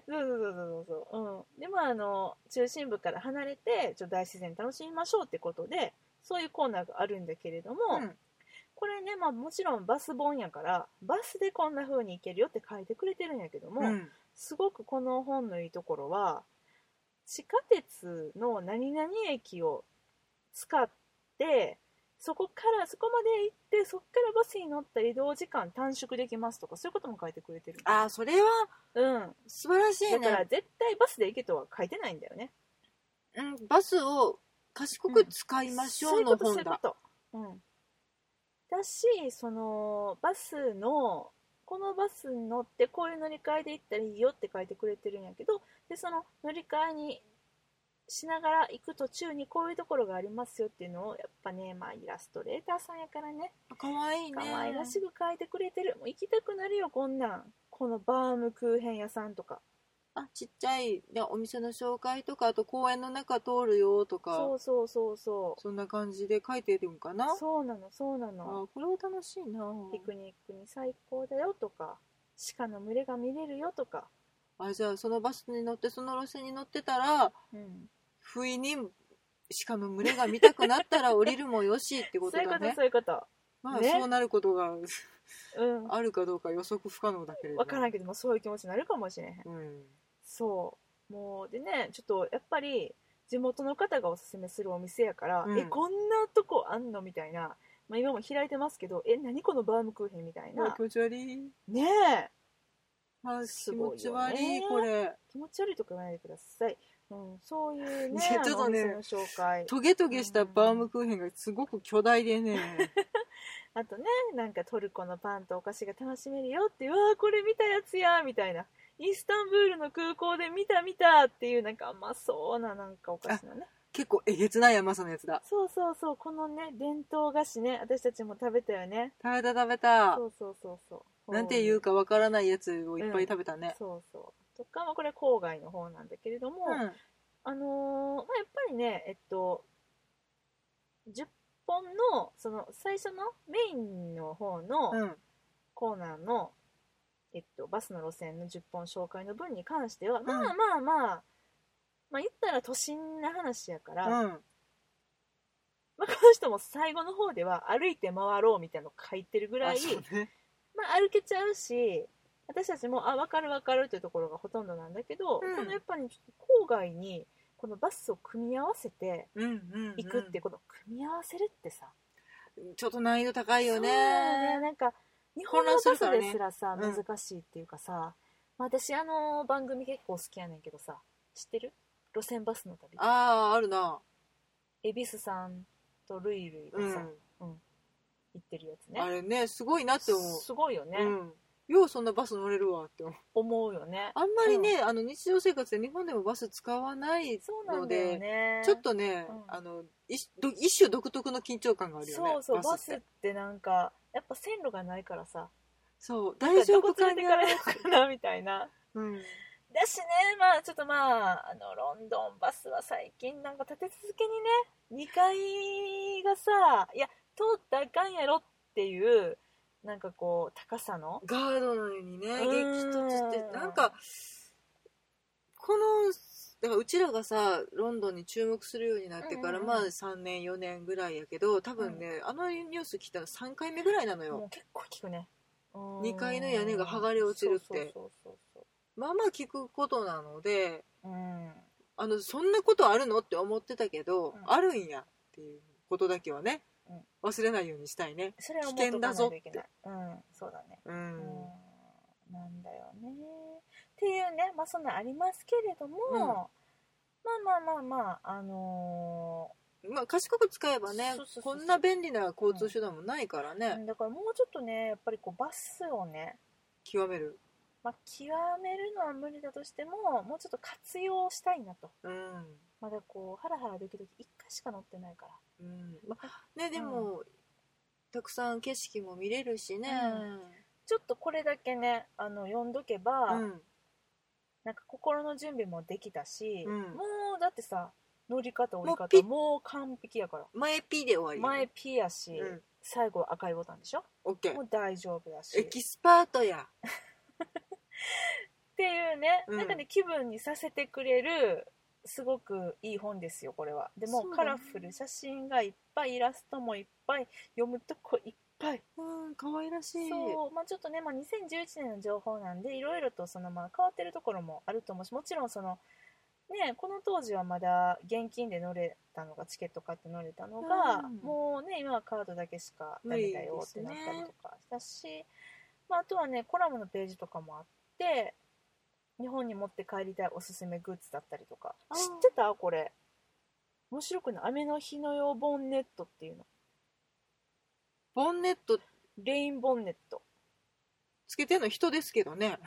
[SPEAKER 1] そうそうそう、うん、でまああの中心部から離れてちょっと大自然楽しみましょうってことでそういうコーナーがあるんだけれども、
[SPEAKER 2] うん
[SPEAKER 1] これね、まあ、もちろんバス本やからバスでこんな風に行けるよって書いてくれてるんやけども、
[SPEAKER 2] うん、
[SPEAKER 1] すごくこの本のいいところは地下鉄の何々駅を使ってそこからそこまで行ってそこからバスに乗った移動時間短縮できますとかそういうことも書いてくれてる
[SPEAKER 2] ああ、それは
[SPEAKER 1] うん
[SPEAKER 2] 素晴らしい
[SPEAKER 1] だから
[SPEAKER 2] ね。
[SPEAKER 1] 絶対バスで行けとは書いてないんだよね
[SPEAKER 2] うん、バスを賢く使いましょうの
[SPEAKER 1] そうい
[SPEAKER 2] 本
[SPEAKER 1] うこ
[SPEAKER 2] だ。
[SPEAKER 1] とそういうこと、うん、だしそのバスのこのバスに乗ってこういう乗り換えで行ったらいいよって書いてくれてるんやけどでその乗り換えにしながら行く途中にこういうところがありますよっていうのをやっぱね、まあ、イラストレーターさんやからね
[SPEAKER 2] かわいいね。
[SPEAKER 1] 可愛らしく書いてくれてるもう行きたくなるよこんなんこのバームクーヘン屋さんとか
[SPEAKER 2] あちっちゃい、ね、お店の紹介とかあと公園の中通るよとか
[SPEAKER 1] そうそうそうそ
[SPEAKER 2] そんな感じで書いてるんかな
[SPEAKER 1] うそうなのそうなの
[SPEAKER 2] あこれは楽しいな
[SPEAKER 1] ピクニックに最高だよとか鹿の群れが見れるよとか、
[SPEAKER 2] あじゃあそのバスに乗ってその路線に乗ってたら
[SPEAKER 1] うん、
[SPEAKER 2] 不意に鹿の群れが見たくなったら降りるもよしってこと
[SPEAKER 1] そういうこ
[SPEAKER 2] だ
[SPEAKER 1] と
[SPEAKER 2] ね
[SPEAKER 1] そういうこと、
[SPEAKER 2] まあ
[SPEAKER 1] ね
[SPEAKER 2] そうなることが
[SPEAKER 1] うん、
[SPEAKER 2] あるかどうか予測不可能だけれど
[SPEAKER 1] 分からんけどもそういう気持ちになるかもしれへん
[SPEAKER 2] うん
[SPEAKER 1] そうもうでねちょっとやっぱり地元の方がおすすめするお店やから、
[SPEAKER 2] うん
[SPEAKER 1] えこんなとこあんのみたいな、まあ、今も開いてますけどえ何このバームクーヘンみたいう
[SPEAKER 2] わ
[SPEAKER 1] な
[SPEAKER 2] 気持ち悪い
[SPEAKER 1] ねえ
[SPEAKER 2] あ
[SPEAKER 1] す
[SPEAKER 2] 気
[SPEAKER 1] ご
[SPEAKER 2] 持
[SPEAKER 1] いよね
[SPEAKER 2] ち悪いこれ
[SPEAKER 1] 気持ち悪いとか言わないでください、うん、そういうね
[SPEAKER 2] いやちょっとね
[SPEAKER 1] あのお店の紹介
[SPEAKER 2] トゲトゲしたバームクーヘンがすごく巨大で ね
[SPEAKER 1] あとねなんかトルコのパンとお菓子が楽しめるよってうわーこれ見たやつやみたいなインスタンブールの空港で見た見たっていうなんか甘そうななんかお菓子のね
[SPEAKER 2] 結構えげつない甘さのやつだ
[SPEAKER 1] そうそうそうこのね伝統菓子ね私たちも食べたよね
[SPEAKER 2] 食べた食べた
[SPEAKER 1] そうそうそうそう
[SPEAKER 2] なんていう
[SPEAKER 1] か
[SPEAKER 2] かわからないやつをいっぱい食べたね。
[SPEAKER 1] そうそうとか、まあ、これ郊外の方なんだけれども、
[SPEAKER 2] うん。
[SPEAKER 1] あのーまあ、やっぱりねえっと10本のその最初のメインの方の、
[SPEAKER 2] うん。
[SPEAKER 1] コーナーの、えっと、バスの路線の10本紹介の分に関しては、まあまあまあ、まあ言ったら都心な話やから、まあ、
[SPEAKER 2] うん。
[SPEAKER 1] この人も最後の方では歩いて回ろうみたいなの書いてるぐらい
[SPEAKER 2] あ、、そうね。
[SPEAKER 1] まあ、歩けちゃうし私たちもあ分かる分かるというところがほとんどなんだけど、
[SPEAKER 2] うん
[SPEAKER 1] このやっぱりちょっと郊外にこのバスを組み合わせて
[SPEAKER 2] うんうん、うん。
[SPEAKER 1] いくって、この組み合わせるってさ、
[SPEAKER 2] ちょっと難易度高いよね。
[SPEAKER 1] そうだよねなんか日本のバス
[SPEAKER 2] 混乱
[SPEAKER 1] ですす
[SPEAKER 2] る
[SPEAKER 1] らさ、
[SPEAKER 2] ねうん
[SPEAKER 1] 難しいっていうかさ、まあ、私あの番組結構好きやねんけどさ知ってる路線バスの旅
[SPEAKER 2] ああ、あるな。
[SPEAKER 1] 恵比寿さんとルイルイ
[SPEAKER 2] う
[SPEAKER 1] がさ、
[SPEAKER 2] ん。
[SPEAKER 1] 行ってるやつ
[SPEAKER 2] あ
[SPEAKER 1] ね
[SPEAKER 2] れね、すごいなって思う。
[SPEAKER 1] すごいよね、
[SPEAKER 2] うん。ようそんなバス乗れるわって思う。
[SPEAKER 1] 思うよね
[SPEAKER 2] あんまりね、あの日常生活で日本でもバス使わない
[SPEAKER 1] そうな
[SPEAKER 2] の
[SPEAKER 1] んだよ
[SPEAKER 2] で、
[SPEAKER 1] ね
[SPEAKER 2] ちょっとね、
[SPEAKER 1] うん
[SPEAKER 2] あの一ど一種独特の緊張感があるよね。
[SPEAKER 1] そうそうバス
[SPEAKER 2] っ
[SPEAKER 1] っててなんかやっぱ線路がないからさ
[SPEAKER 2] そう、大丈夫
[SPEAKER 1] どこ
[SPEAKER 2] か
[SPEAKER 1] 連れてかれ
[SPEAKER 2] ね。
[SPEAKER 1] るかなみたいな
[SPEAKER 2] うん。
[SPEAKER 1] だしねまあちょっとまああのロンドンバスは最近なんか立て続けにね2階がさいや通ったらあかんやろっていうなんかこう高さの
[SPEAKER 2] ガードなのにね激
[SPEAKER 1] うん
[SPEAKER 2] 突ってなんかこのだからうちらがさロンドンに注目するようになってから、
[SPEAKER 1] うんうんうん
[SPEAKER 2] まあ3年4年ぐらいやけど多分ね、あのニュース聞いたの3回目ぐらいなの
[SPEAKER 1] も
[SPEAKER 2] よ
[SPEAKER 1] う結構効くね
[SPEAKER 2] 二階の屋根が剥がれ落ちるって
[SPEAKER 1] そうそうそう
[SPEAKER 2] まあまあ聞くことなので
[SPEAKER 1] そううん
[SPEAKER 2] あのそんなことあるのって思ってたけど、
[SPEAKER 1] うん
[SPEAKER 2] あるんやっていうことだけはね
[SPEAKER 1] うん
[SPEAKER 2] 忘れないようにしたいね。
[SPEAKER 1] それは思っとかないといけ
[SPEAKER 2] 危険だぞ
[SPEAKER 1] ないうんそうだね
[SPEAKER 2] う
[SPEAKER 1] うん
[SPEAKER 2] ん
[SPEAKER 1] なんだよねっていうねまあそんなんありますけれども、
[SPEAKER 2] うん
[SPEAKER 1] まあまあまあまああの
[SPEAKER 2] まあ、賢く使えばね
[SPEAKER 1] そうそうそうそう
[SPEAKER 2] こんな便利な交通手段もないからね、
[SPEAKER 1] ーだからもうちょっとねやっぱりこうバスをね、
[SPEAKER 2] 極める。
[SPEAKER 1] まあ、極めるのは無理だとしてももうちょっと活用したいなと
[SPEAKER 2] うん
[SPEAKER 1] まだこうハラハラドキドキ1回しか乗ってないから
[SPEAKER 2] うんまあねでも、たくさん景色も見れるしね、
[SPEAKER 1] ちょっとこれだけねあの読んどけば、
[SPEAKER 2] うん
[SPEAKER 1] なんか心の準備もできたし、
[SPEAKER 2] うん
[SPEAKER 1] もうだってさ乗り方降り
[SPEAKER 2] もう
[SPEAKER 1] 方
[SPEAKER 2] ピッ
[SPEAKER 1] もう完璧やから
[SPEAKER 2] 前 P で終わり
[SPEAKER 1] 前 P やし、
[SPEAKER 2] うん
[SPEAKER 1] 最後赤いボタンでしょ
[SPEAKER 2] OK
[SPEAKER 1] もう大丈夫だし
[SPEAKER 2] エキスパートや
[SPEAKER 1] っていうね、
[SPEAKER 2] うん
[SPEAKER 1] なんかね気分にさせてくれるすごくいい本ですよこれはでも
[SPEAKER 2] そうだね
[SPEAKER 1] カラフル写真がいっぱいイラストもいっぱい読むとこいっぱい
[SPEAKER 2] うん可愛らしい
[SPEAKER 1] そうまあちょっとね、まあ、2011年の情報なんでいろいろとそのまあ変わってるところもあると思うしもちろんそのねこの当時はまだ現金で乗れたのがチケット買って乗れたのが、
[SPEAKER 2] うん
[SPEAKER 1] もうね今はカードだけしかダメだよってなったりとかしたし、まあ、あとはねコラムのページとかもあって日本に持って帰りたいおすすめグッズだったりとか
[SPEAKER 2] あー
[SPEAKER 1] 知ってたこれ面白くない雨の日の用ボンネットっていうの
[SPEAKER 2] ボンネット
[SPEAKER 1] レインボンネット
[SPEAKER 2] つけてんの人ですけ どね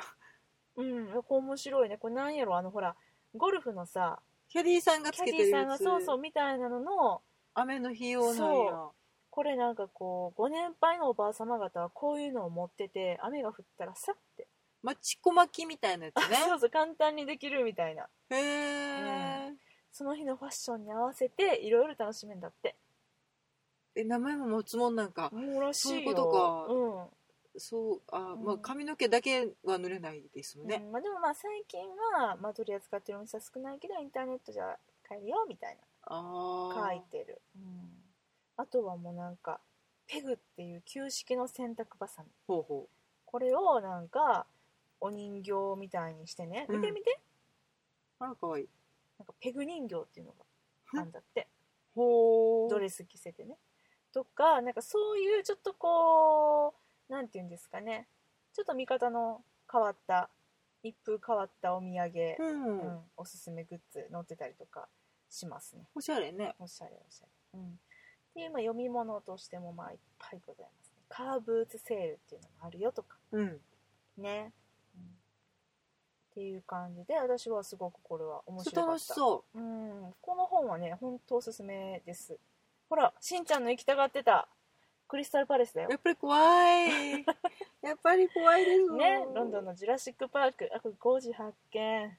[SPEAKER 1] うん、これ面白いね。これなんやろあのほら、ゴルフのさ、
[SPEAKER 2] キャディーさんがつ
[SPEAKER 1] キャ
[SPEAKER 2] け
[SPEAKER 1] デ
[SPEAKER 2] て
[SPEAKER 1] ィー
[SPEAKER 2] る
[SPEAKER 1] さ
[SPEAKER 2] や
[SPEAKER 1] ん
[SPEAKER 2] つ
[SPEAKER 1] がそうそうみたいなのの、
[SPEAKER 2] 雨の日用なんや
[SPEAKER 1] そこれなんかこう、ご年配のおばあ様方はこういうのを持ってて、雨が降ったらさって、
[SPEAKER 2] マチコ巻きみたいなやつね
[SPEAKER 1] そうそう簡単にできるみたいな。
[SPEAKER 2] へえ、
[SPEAKER 1] その日のファッションに合わせていろいろ楽しめんだって。
[SPEAKER 2] え名前も持つもんなんか
[SPEAKER 1] もうらしいよ。
[SPEAKER 2] そういうこと
[SPEAKER 1] か。うん。
[SPEAKER 2] そうあ、
[SPEAKER 1] うん
[SPEAKER 2] まあ髪の毛だけは濡れないですもんね、
[SPEAKER 1] うんまあ、でもまあ最近は、まあ、取り扱ってるお店は少ないけど、インターネットじゃ買えるよみたいな。
[SPEAKER 2] ああ
[SPEAKER 1] 書いてる、うん、あとはもうなんかペグっていう旧式の洗濯バサミ
[SPEAKER 2] ほうほ
[SPEAKER 1] これをなんかお人形みたいにしてね
[SPEAKER 2] うん
[SPEAKER 1] 見て見て、
[SPEAKER 2] うあらかわいい
[SPEAKER 1] なんかペグ人形っていうのがなんだって
[SPEAKER 2] ほう
[SPEAKER 1] ドレス着せてねとかなんかそういうちょっとこうなんて言うんですかねちょっと見方の変わった一風変わったお土産、
[SPEAKER 2] うん、
[SPEAKER 1] うんおすすめグッズ載ってたりとかしますね
[SPEAKER 2] おしゃれね
[SPEAKER 1] おしゃれおしゃれ。うん、で今読み物としてもまあいっぱいございますね。カーブーツセールっていうのもあるよとか
[SPEAKER 2] うん
[SPEAKER 1] ね。うん、っていう感じで私はすごくこれは面白かった。。
[SPEAKER 2] 楽しそう
[SPEAKER 1] ん、この本はね本当おすすめです。ほらしんちゃんの行きたがってたクリスタルパレスだよ
[SPEAKER 2] うや。っぱり 怖いやっぱり怖いです
[SPEAKER 1] ね、ロンドン
[SPEAKER 2] の
[SPEAKER 1] のジュラシック・パークあこれ5時発見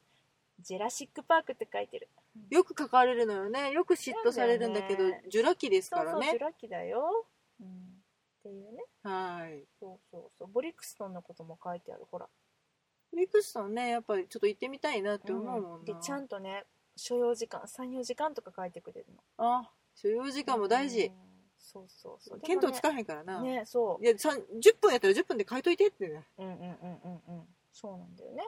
[SPEAKER 1] ジュラシック・パークって書いてる
[SPEAKER 2] よく書かれるのよねよく嫉妬されるんだけど
[SPEAKER 1] なんだよね
[SPEAKER 2] ジュラ紀です
[SPEAKER 1] そ
[SPEAKER 2] か
[SPEAKER 1] う
[SPEAKER 2] ら
[SPEAKER 1] そう、ジュ
[SPEAKER 2] ね
[SPEAKER 1] ラ紀だよ、うん、っていうね
[SPEAKER 2] はい
[SPEAKER 1] そうそうそうブリクストンのことも書いてあるほら、
[SPEAKER 2] ウィクストンねやっぱりちょっと行ってみたいなって思うもんな、
[SPEAKER 1] でちゃんとね所要時間34時間とか書いてくれるの
[SPEAKER 2] あ所要時間も
[SPEAKER 1] う
[SPEAKER 2] 大
[SPEAKER 1] ん
[SPEAKER 2] 事、
[SPEAKER 1] そうそうそう
[SPEAKER 2] 見当つか
[SPEAKER 1] で
[SPEAKER 2] へんからな、
[SPEAKER 1] もねねそ
[SPEAKER 2] いやさん10分やったら10分で書いといてってね
[SPEAKER 1] ううんうんうんうんうんそうなんだよね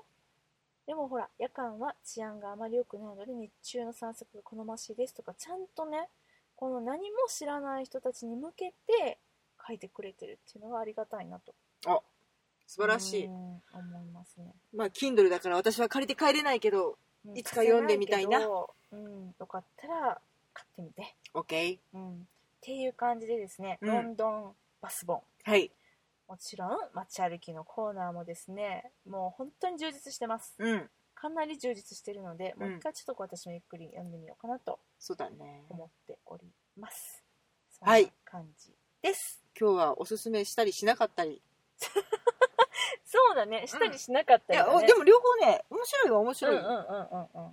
[SPEAKER 1] でもほら夜間は治安があまり良くないので日中の散策が好ましいですとかちゃんとねこの何も知らない人たちに向けて書いてくれてるっていうのがありがたいなと
[SPEAKER 2] 素晴らしい、
[SPEAKER 1] うん思いますね
[SPEAKER 2] まあ Kindle だから私は借りて帰れないけど
[SPEAKER 1] うん
[SPEAKER 2] いつか読んでみたいな
[SPEAKER 1] 隠せけどうん、よかったら買ってみて、
[SPEAKER 2] OK
[SPEAKER 1] うん、っていう感じでですね、
[SPEAKER 2] うん
[SPEAKER 1] ロンドンバス本
[SPEAKER 2] はい
[SPEAKER 1] もちろん街歩きのコーナーもですねもう本当に充実してます
[SPEAKER 2] うん
[SPEAKER 1] かなり充実してるので、
[SPEAKER 2] うん
[SPEAKER 1] もう一回ちょっとこう私もゆっくり読んでみようかなと
[SPEAKER 2] そうだね
[SPEAKER 1] 思っておりますそんな
[SPEAKER 2] はい
[SPEAKER 1] 感じです、
[SPEAKER 2] 今日はおすすめしたりしなかったり
[SPEAKER 1] そうだねしたりしなかっ
[SPEAKER 2] い
[SPEAKER 1] た
[SPEAKER 2] や
[SPEAKER 1] よ、ね
[SPEAKER 2] おでも両方ね面白いは面白い
[SPEAKER 1] うんうんうんうん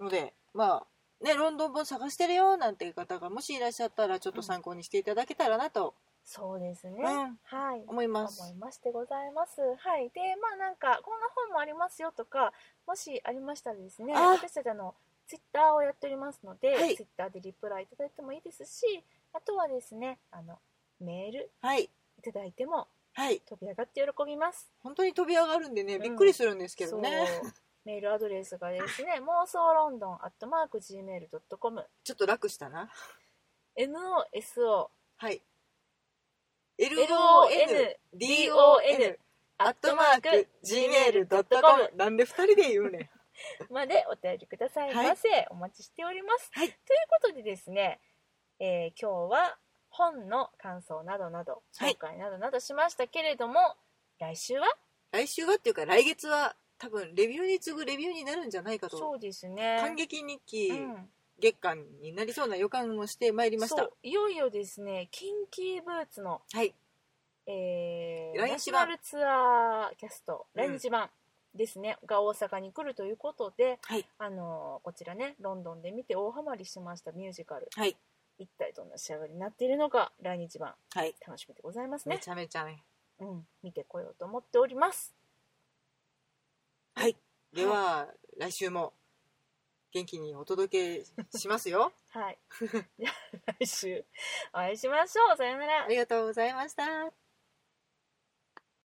[SPEAKER 1] うん
[SPEAKER 2] ので、まあねロンドン本探してるよなんていう方がもしいらっしゃったらちょっと参考にしていただけたらなと、
[SPEAKER 1] そうですね、
[SPEAKER 2] うん
[SPEAKER 1] はい
[SPEAKER 2] 思います、
[SPEAKER 1] 思いましてございます。はい。で、まあなんか、こんな本もありますよとか、もしありましたらですね、
[SPEAKER 2] あ
[SPEAKER 1] 私たちあの、ツイッターをやっておりますので、
[SPEAKER 2] はい
[SPEAKER 1] ツイッターでリプライいただいてもいいですし、あとはですね、あの、メール
[SPEAKER 2] はい
[SPEAKER 1] いただいても
[SPEAKER 2] はい
[SPEAKER 1] 飛び上がって喜びます。
[SPEAKER 2] 本当に飛び上がるんでね
[SPEAKER 1] うん
[SPEAKER 2] びっくりするんですけどね、
[SPEAKER 1] そう。 メールアドレスがですね、妄想ロンドンアットマーク Gmail.com、
[SPEAKER 2] ちょっと楽したな
[SPEAKER 1] NOSO
[SPEAKER 2] はい
[SPEAKER 1] LONDON
[SPEAKER 2] LONDON アットマーク Gmail.com なんで二人で言うねん
[SPEAKER 1] までお便りくださいませ、お待ちしております、
[SPEAKER 2] はい
[SPEAKER 1] ということでですね、えー今日は本の感想などなど
[SPEAKER 2] はい
[SPEAKER 1] 紹介などなどしましたけれども、来週は
[SPEAKER 2] 来週はっていうか来月は多分レビューに次ぐレビューになるんじゃないかと
[SPEAKER 1] そうですね
[SPEAKER 2] 感激日記
[SPEAKER 1] うん
[SPEAKER 2] 月間になりそうな予感もしてまいりまし
[SPEAKER 1] そ
[SPEAKER 2] た
[SPEAKER 1] ういよいよですねキンキーブーツの、
[SPEAKER 2] はい
[SPEAKER 1] えー
[SPEAKER 2] 来
[SPEAKER 1] ナシ
[SPEAKER 2] 日
[SPEAKER 1] ョ
[SPEAKER 2] 版
[SPEAKER 1] ナルツアーキャスト
[SPEAKER 2] う
[SPEAKER 1] 来
[SPEAKER 2] ん
[SPEAKER 1] 日版ですね、が大阪に来るということで、
[SPEAKER 2] はい
[SPEAKER 1] あのーこちらねロンドンで見て大ハマりしましたミュージカル
[SPEAKER 2] はい
[SPEAKER 1] 一体どんな仕上がりになっているのか来日版
[SPEAKER 2] はい
[SPEAKER 1] 楽しみでございます
[SPEAKER 2] め
[SPEAKER 1] ね、
[SPEAKER 2] ちゃめちゃね
[SPEAKER 1] うん、見てこようと思っております
[SPEAKER 2] はいでは来週も元気にお届けしますよ
[SPEAKER 1] はいじゃあ来週お会いしましょうさようなら
[SPEAKER 2] ありがとうございました